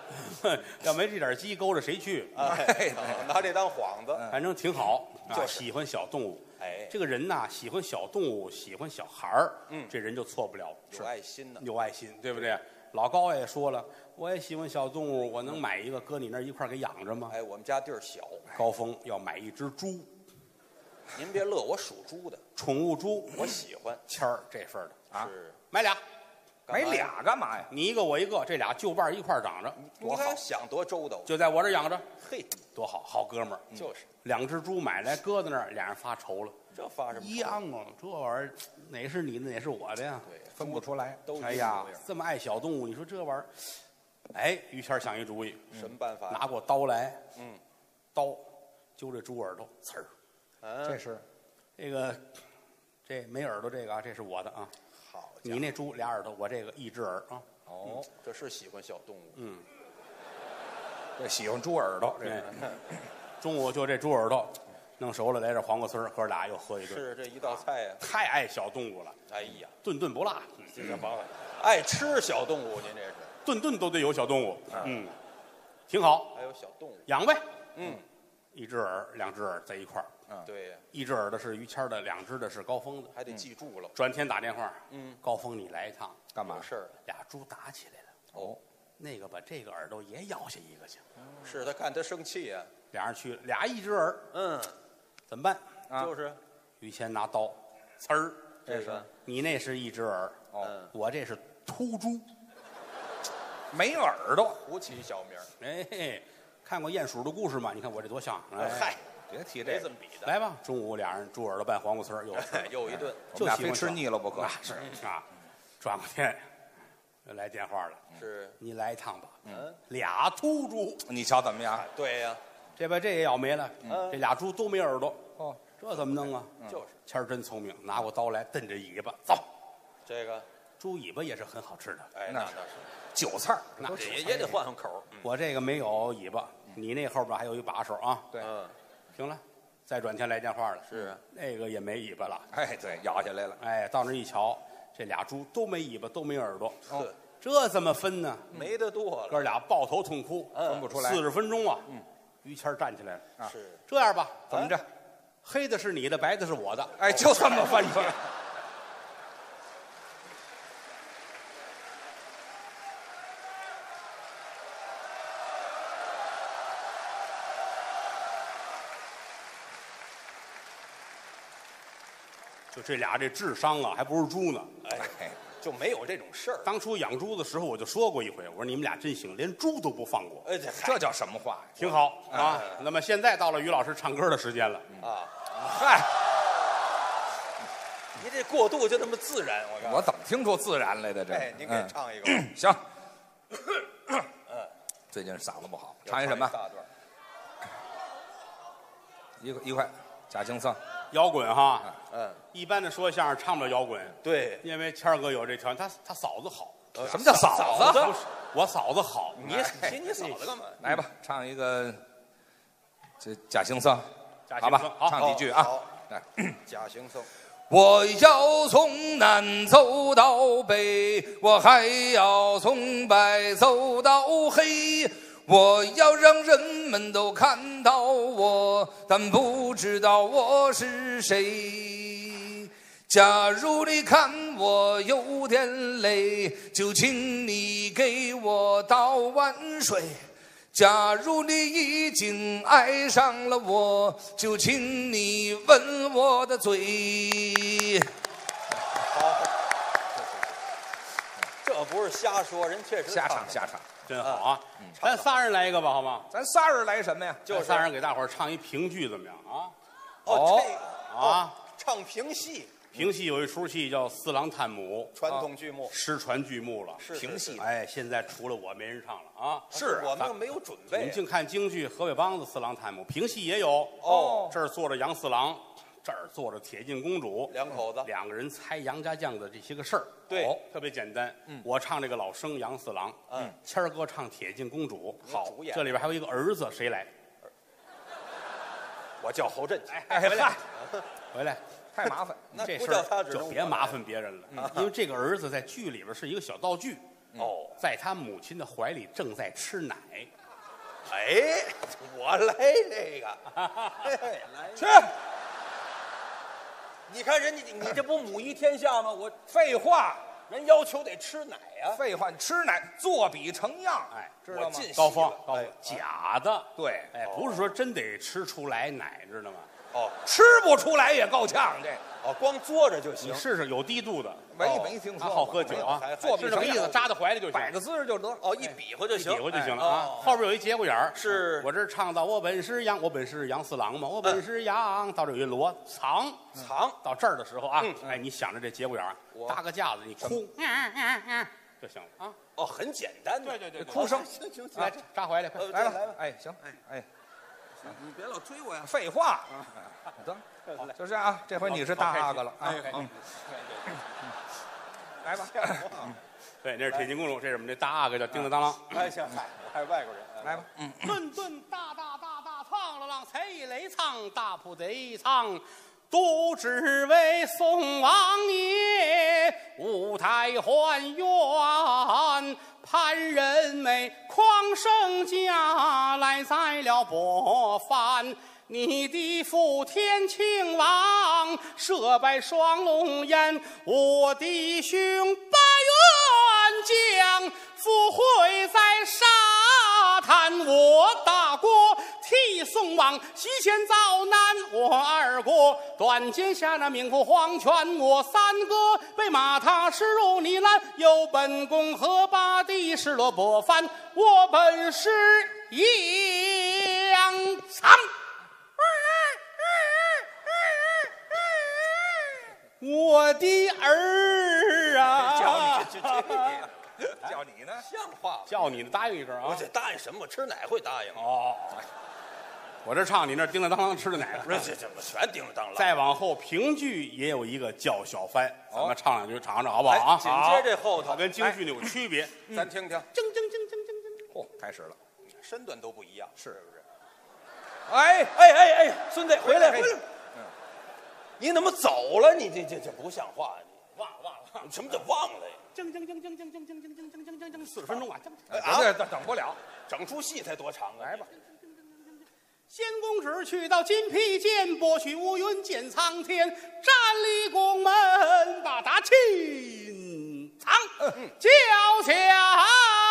[SPEAKER 1] 要没这点鸡勾着谁去？
[SPEAKER 3] 哎，拿这当幌子，
[SPEAKER 1] 反正挺好，啊
[SPEAKER 3] 嗯就是
[SPEAKER 1] 喜欢小动物。
[SPEAKER 3] 哎，
[SPEAKER 1] 嗯这个人呐，喜欢小动物，喜欢小孩儿，嗯，这人就错不了。
[SPEAKER 3] 有爱心呢，
[SPEAKER 1] 有爱心，对不对？老高也说了，我也喜欢小动物，我能买一个搁你那儿一块儿给养着吗？
[SPEAKER 3] 哎，我们家地儿小，
[SPEAKER 1] 高峰要买一只猪，
[SPEAKER 3] 您别乐，我属猪的，
[SPEAKER 1] 宠物猪，
[SPEAKER 3] 我喜欢，
[SPEAKER 1] 谦儿这份儿的啊，
[SPEAKER 3] 是
[SPEAKER 1] 买俩，干嘛
[SPEAKER 2] 买
[SPEAKER 1] 呀
[SPEAKER 2] 俩干嘛呀？
[SPEAKER 1] 你一个我一个，这俩旧伴儿一块儿长着，
[SPEAKER 2] 多
[SPEAKER 3] 你
[SPEAKER 2] 好
[SPEAKER 3] 看，想多周到，
[SPEAKER 1] 就在我这儿养着，
[SPEAKER 3] 嘿，
[SPEAKER 1] 多好，好哥们儿。
[SPEAKER 3] 就是
[SPEAKER 1] 两只猪买来搁在那儿，俩人发愁了，
[SPEAKER 3] 这发什么
[SPEAKER 1] 一样啊，这玩意儿哪是你的，哪是我的呀？
[SPEAKER 3] 对，
[SPEAKER 2] 分不出来。
[SPEAKER 3] 都一
[SPEAKER 1] 哎
[SPEAKER 3] 样
[SPEAKER 1] 呀，这么爱小动物，你说这玩意儿，哎，于谦儿想一主意，
[SPEAKER 3] 什么办法呀？
[SPEAKER 1] 拿过刀来，
[SPEAKER 3] 嗯，
[SPEAKER 1] 刀揪这猪耳朵，刺儿，
[SPEAKER 2] 这
[SPEAKER 3] 嗯，
[SPEAKER 2] 是
[SPEAKER 1] 这个这没耳朵这个啊，这是我的啊，
[SPEAKER 3] 好家
[SPEAKER 1] 你那猪俩耳朵，我这个一只耳啊，
[SPEAKER 2] 哦，
[SPEAKER 3] 伙，嗯这是喜欢小动物，
[SPEAKER 1] 嗯，
[SPEAKER 2] 这喜欢猪耳朵，这
[SPEAKER 1] 哎
[SPEAKER 2] 是，
[SPEAKER 1] 中午就这猪耳朵弄熟了，来点黄瓜丝儿，哥俩又喝一顿，
[SPEAKER 3] 是这一道菜呀。
[SPEAKER 1] 太爱小动物了，
[SPEAKER 3] 哎呀，
[SPEAKER 1] 顿顿不落，嗯
[SPEAKER 3] 这这甭爱吃小动物，您这是
[SPEAKER 1] 顿顿都得有小动物，嗯，挺好，
[SPEAKER 2] 哦
[SPEAKER 3] 还有小动物，
[SPEAKER 1] 养呗，
[SPEAKER 3] 嗯，
[SPEAKER 1] 一只耳，两只耳在一块儿，
[SPEAKER 2] 嗯
[SPEAKER 3] 对呀，
[SPEAKER 1] 一只耳朵是于谦儿的，两只的是高峰的。
[SPEAKER 3] 还得记住了，
[SPEAKER 1] 转天打电话，
[SPEAKER 3] 嗯，
[SPEAKER 1] 高峰你来一趟，
[SPEAKER 2] 干嘛
[SPEAKER 3] 有？事儿
[SPEAKER 1] 俩猪打起来了，
[SPEAKER 2] 哦，
[SPEAKER 1] 那个把这个耳朵也咬下一个去，
[SPEAKER 3] 是他看他生气啊呀，
[SPEAKER 1] 俩人去了，俩一只耳，
[SPEAKER 3] 嗯，
[SPEAKER 1] 怎么办？
[SPEAKER 2] 啊
[SPEAKER 3] 就是
[SPEAKER 1] 于谦拿刀，呲儿，
[SPEAKER 2] 这
[SPEAKER 3] 这
[SPEAKER 2] 是
[SPEAKER 3] 个
[SPEAKER 1] 你那是一只耳，
[SPEAKER 2] 哦，
[SPEAKER 3] 嗯，
[SPEAKER 1] 我这是秃猪，
[SPEAKER 2] 没耳朵，
[SPEAKER 3] 胡起小名儿，
[SPEAKER 1] 哎嘿，看过鼹鼠的故事吗？你看我这多像，哎
[SPEAKER 3] 嗨，
[SPEAKER 2] 别提这
[SPEAKER 3] 没
[SPEAKER 2] 个
[SPEAKER 3] 这，么比的，
[SPEAKER 1] 来吧，中午俩人猪耳朵拌黄瓜丝儿，又吃了
[SPEAKER 3] 又一顿
[SPEAKER 2] 哎我
[SPEAKER 1] 就
[SPEAKER 2] 们俩
[SPEAKER 1] 喜
[SPEAKER 2] 非
[SPEAKER 1] 欢
[SPEAKER 2] 吃
[SPEAKER 1] 小
[SPEAKER 2] 腻了不可嗯
[SPEAKER 1] 那。是啊，转过天又来电话了，
[SPEAKER 2] 嗯
[SPEAKER 3] 是，
[SPEAKER 1] 你来一趟吧，
[SPEAKER 3] 嗯，
[SPEAKER 1] 俩秃猪，
[SPEAKER 2] 你瞧怎么样？
[SPEAKER 3] 对呀，
[SPEAKER 1] 这把这也咬没了，
[SPEAKER 3] 嗯
[SPEAKER 1] 这俩猪都没耳朵，
[SPEAKER 2] 哦，
[SPEAKER 1] 这怎么弄啊？
[SPEAKER 2] 嗯
[SPEAKER 3] 就是
[SPEAKER 1] 谦儿真聪明，拿过刀来瞪着尾巴，走，
[SPEAKER 3] 这个，
[SPEAKER 1] 猪尾巴也是很好吃的。
[SPEAKER 3] 哎，
[SPEAKER 2] 那
[SPEAKER 3] 那
[SPEAKER 2] 是
[SPEAKER 3] 那是。
[SPEAKER 2] 韭菜儿
[SPEAKER 1] 那
[SPEAKER 3] 也也得换换口儿。
[SPEAKER 1] 我这个没有尾巴，你那后边还有一把手啊。
[SPEAKER 2] 对
[SPEAKER 3] 嗯，
[SPEAKER 1] 行了，再转天来电话了，
[SPEAKER 3] 是啊
[SPEAKER 1] 那个也没尾巴了。
[SPEAKER 2] 哎，对，咬下来了。
[SPEAKER 1] 哎，到那儿一瞧，这俩猪都没尾巴，都没耳朵，
[SPEAKER 2] 嗯
[SPEAKER 3] 呵，
[SPEAKER 2] 哦
[SPEAKER 1] 这怎么分呢？
[SPEAKER 3] 没得多了，
[SPEAKER 1] 哥俩抱头痛哭，
[SPEAKER 3] 嗯
[SPEAKER 2] 分不出来
[SPEAKER 1] 四十分钟啊，于谦儿站起来了，
[SPEAKER 2] 啊
[SPEAKER 3] 是
[SPEAKER 1] 这样吧，哎
[SPEAKER 2] 怎么着？
[SPEAKER 1] 黑的是你的，白的是我的，
[SPEAKER 2] 哎，就这么分出来。
[SPEAKER 1] 就这俩这智商啊，还不如猪呢。
[SPEAKER 2] 哎，
[SPEAKER 3] 就没有这种事儿。
[SPEAKER 1] 当初养猪的时候，我就说过一回，我说你们俩真行，连猪都不放过。
[SPEAKER 3] 哎，这
[SPEAKER 2] 这叫什么话呀？
[SPEAKER 1] 挺好
[SPEAKER 2] 哎
[SPEAKER 1] 啊。那么现在到了于老师唱歌的时间了，
[SPEAKER 3] 啊，
[SPEAKER 2] 嗨，
[SPEAKER 3] 你这过渡就这么自然，我告诉
[SPEAKER 2] 哎我怎么听出自然来的这？
[SPEAKER 3] 你。哎，您给
[SPEAKER 2] 嗯
[SPEAKER 3] 唱一个吧，
[SPEAKER 2] 行。最近嗓子不好， 唱一什么
[SPEAKER 3] 一？大段儿
[SPEAKER 2] 一块一块，假青桑。
[SPEAKER 1] 摇滚哈。
[SPEAKER 3] 嗯，
[SPEAKER 1] 一般的说相声唱不了摇滚，
[SPEAKER 3] 对，
[SPEAKER 1] 因为谦儿哥有这条，他他嫂子好，
[SPEAKER 3] 呃
[SPEAKER 2] 什么叫
[SPEAKER 3] 嫂
[SPEAKER 2] 嫂子
[SPEAKER 1] 不是我嫂子好，
[SPEAKER 3] 你
[SPEAKER 2] 哎
[SPEAKER 3] 提你嫂子干嘛？
[SPEAKER 2] 来吧，唱一个这假青桑，
[SPEAKER 1] 假
[SPEAKER 2] 好
[SPEAKER 1] 青
[SPEAKER 2] 吧
[SPEAKER 1] 桑，好
[SPEAKER 2] 唱几句啊
[SPEAKER 3] 好。
[SPEAKER 2] 来，
[SPEAKER 3] 假行僧，
[SPEAKER 2] 我要从南走到北，我还要从白走到黑。我要让人们都看到我，但不知道我是谁。假如你看我有点累，就请你给我倒碗水。假如你已经爱上了我，就请你吻我的嘴。
[SPEAKER 3] 这不是瞎说，人确实
[SPEAKER 2] 瞎
[SPEAKER 3] 唱
[SPEAKER 2] 唱
[SPEAKER 3] 的
[SPEAKER 2] 瞎唱，
[SPEAKER 1] 真好啊。
[SPEAKER 3] 唱
[SPEAKER 1] 咱
[SPEAKER 3] 得好
[SPEAKER 1] 仨人来一个吧，好吗？
[SPEAKER 2] 咱仨人来什么呀？
[SPEAKER 3] 嗯就是
[SPEAKER 1] 咱仨人给大伙儿唱一评剧怎么样啊？
[SPEAKER 3] 哦，这个
[SPEAKER 1] 啊，
[SPEAKER 3] 唱评戏，
[SPEAKER 1] 评戏有一出戏叫《四郎探母
[SPEAKER 3] 传统剧目》，
[SPEAKER 1] 失传剧目了。
[SPEAKER 3] 是
[SPEAKER 2] 评戏
[SPEAKER 1] 哎，现在除了我没人唱了啊。
[SPEAKER 2] 是啊
[SPEAKER 3] 我们没有准
[SPEAKER 1] 你们
[SPEAKER 3] 备，
[SPEAKER 1] 净看京剧，河北梆子《四郎探母》，评戏也有。
[SPEAKER 3] 哦
[SPEAKER 1] 这儿坐着杨四郎，这儿坐着铁镜公主，
[SPEAKER 3] 两口子
[SPEAKER 1] 两个人猜杨家将的这些个事儿，
[SPEAKER 3] 对
[SPEAKER 1] 哦特别简单。嗯，我唱这个老生杨四郎，
[SPEAKER 3] 嗯，
[SPEAKER 1] 谦儿哥唱铁镜公主，
[SPEAKER 3] 好主演
[SPEAKER 1] 这里边还有一个儿子，谁来？
[SPEAKER 3] 我叫侯震，
[SPEAKER 1] 哎，回来，回来，
[SPEAKER 2] 太麻烦。
[SPEAKER 3] 那
[SPEAKER 1] 这
[SPEAKER 3] 不
[SPEAKER 1] 事
[SPEAKER 3] 叫他，
[SPEAKER 1] 儿
[SPEAKER 3] 只能
[SPEAKER 1] 就
[SPEAKER 3] 我
[SPEAKER 1] 别麻烦别人了，因为这个儿子在剧里边是一个小道具，
[SPEAKER 3] 哦。
[SPEAKER 1] 在他母亲的怀里正在吃奶，
[SPEAKER 3] 哎，我来这个，嘿来
[SPEAKER 2] 去，
[SPEAKER 3] 你看人家，你这不母仪天下吗？我
[SPEAKER 2] 废话，
[SPEAKER 3] 人要求得吃奶呀、
[SPEAKER 2] 废话，你吃奶作比成样，
[SPEAKER 1] 哎
[SPEAKER 2] 知道
[SPEAKER 3] 我
[SPEAKER 2] 吗？
[SPEAKER 3] 进戏
[SPEAKER 1] 高峰
[SPEAKER 3] 了，
[SPEAKER 1] 高峰
[SPEAKER 3] 哎，
[SPEAKER 1] 假的，
[SPEAKER 2] 对，
[SPEAKER 1] 哎，不是说真得吃出来奶，知道吗？
[SPEAKER 3] 哦
[SPEAKER 2] 吃不出来也够呛这。
[SPEAKER 3] 哦，光嘬着就
[SPEAKER 1] 你
[SPEAKER 3] 行。
[SPEAKER 1] 试试有低度的，
[SPEAKER 2] 没没听
[SPEAKER 1] 他
[SPEAKER 2] 说
[SPEAKER 1] 好
[SPEAKER 2] 过，
[SPEAKER 1] 喝酒啊
[SPEAKER 3] 没有还，
[SPEAKER 1] 做是什么意
[SPEAKER 3] 还
[SPEAKER 1] 思？扎在怀里就行，
[SPEAKER 2] 摆个姿势就得了。
[SPEAKER 3] 哦，一比划就
[SPEAKER 1] 比
[SPEAKER 3] 行，
[SPEAKER 1] 划就行了
[SPEAKER 3] 哎
[SPEAKER 1] 啊。后边有一节骨眼儿，
[SPEAKER 3] 是嗯
[SPEAKER 1] 我这儿唱到我本是羊，我本是杨四郎嘛，我本是羊，到这儿有一罗藏。
[SPEAKER 3] 藏
[SPEAKER 1] 到这儿的时候啊
[SPEAKER 3] 嗯，
[SPEAKER 1] 哎，你想着这节骨眼儿啊
[SPEAKER 3] 我，
[SPEAKER 1] 搭个架子你哭，嗯嗯嗯就行了啊。
[SPEAKER 3] 哦，很简单的。
[SPEAKER 1] 对对对
[SPEAKER 3] 哭声。
[SPEAKER 2] 行行
[SPEAKER 1] 来扎怀里，快
[SPEAKER 3] 呃
[SPEAKER 2] 来吧
[SPEAKER 3] 来吧
[SPEAKER 2] 哎，行，哎，
[SPEAKER 3] 你别老追我呀。
[SPEAKER 2] 废话，得，好就这样啊。这回你是大阿哥了啊
[SPEAKER 1] 哎，
[SPEAKER 2] 嗯来吧，
[SPEAKER 1] 对，那是铁筋公主，这是我们这大阿哥叫叮当当啷。
[SPEAKER 3] 哎，行，嗨还是外国人。哎
[SPEAKER 2] 来吧，嗯，
[SPEAKER 1] 顿顿大大大大唱了浪，才一雷唱大铺贼唱，都只为宋王爷舞台还原，潘仁美匡圣驾来宰了伯范。你的父天庆王设拜双龙宴，我弟兄八员将赴会在沙滩，我大哥替宋王西迁遭难，我二哥短剑下那名副黄泉，我三哥被马踏石入泥烂，有本宫和八弟是罗伯藩，我本是杨长。我的儿
[SPEAKER 2] 教
[SPEAKER 1] 啊！
[SPEAKER 2] 你，这这叫你呢，
[SPEAKER 3] 像话吗？
[SPEAKER 1] 叫你呢，答应一声
[SPEAKER 3] 我
[SPEAKER 1] 啊！
[SPEAKER 3] 这答应什么？吃奶会答应？
[SPEAKER 1] 哦，我这唱你那叮了当啷吃的奶
[SPEAKER 3] 不是，这怎么全叮了当啷？
[SPEAKER 1] 再往后评剧也有一个叫小番，咱们唱两句尝尝好不好
[SPEAKER 3] 哎
[SPEAKER 1] 啊？
[SPEAKER 3] 紧接着这哎后
[SPEAKER 1] 它
[SPEAKER 3] 头，
[SPEAKER 1] 跟京剧呢有区别。
[SPEAKER 3] 咱听听，
[SPEAKER 1] 铮铮铮铮铮
[SPEAKER 2] 嚯，开始了，
[SPEAKER 3] 身段都不一样，是不是？
[SPEAKER 2] 哎，
[SPEAKER 3] 哎哎哎，孙子回来
[SPEAKER 2] 回
[SPEAKER 3] 回
[SPEAKER 2] 来
[SPEAKER 3] 来，你怎么走了？你这这这不像话！你忘了忘了，你什么叫忘了呀？
[SPEAKER 1] 铮铮铮铮铮铮铮铮铮铮铮铮铮，四十分钟啊！
[SPEAKER 2] 哎
[SPEAKER 3] 啊
[SPEAKER 2] 这这等不了，
[SPEAKER 3] 整出戏才多长啊！
[SPEAKER 2] 来吧，
[SPEAKER 1] 仙公子去到金披剑，拨去乌云见苍天。站立宫
[SPEAKER 3] 嗯
[SPEAKER 1] 门，把他擒藏，叫强。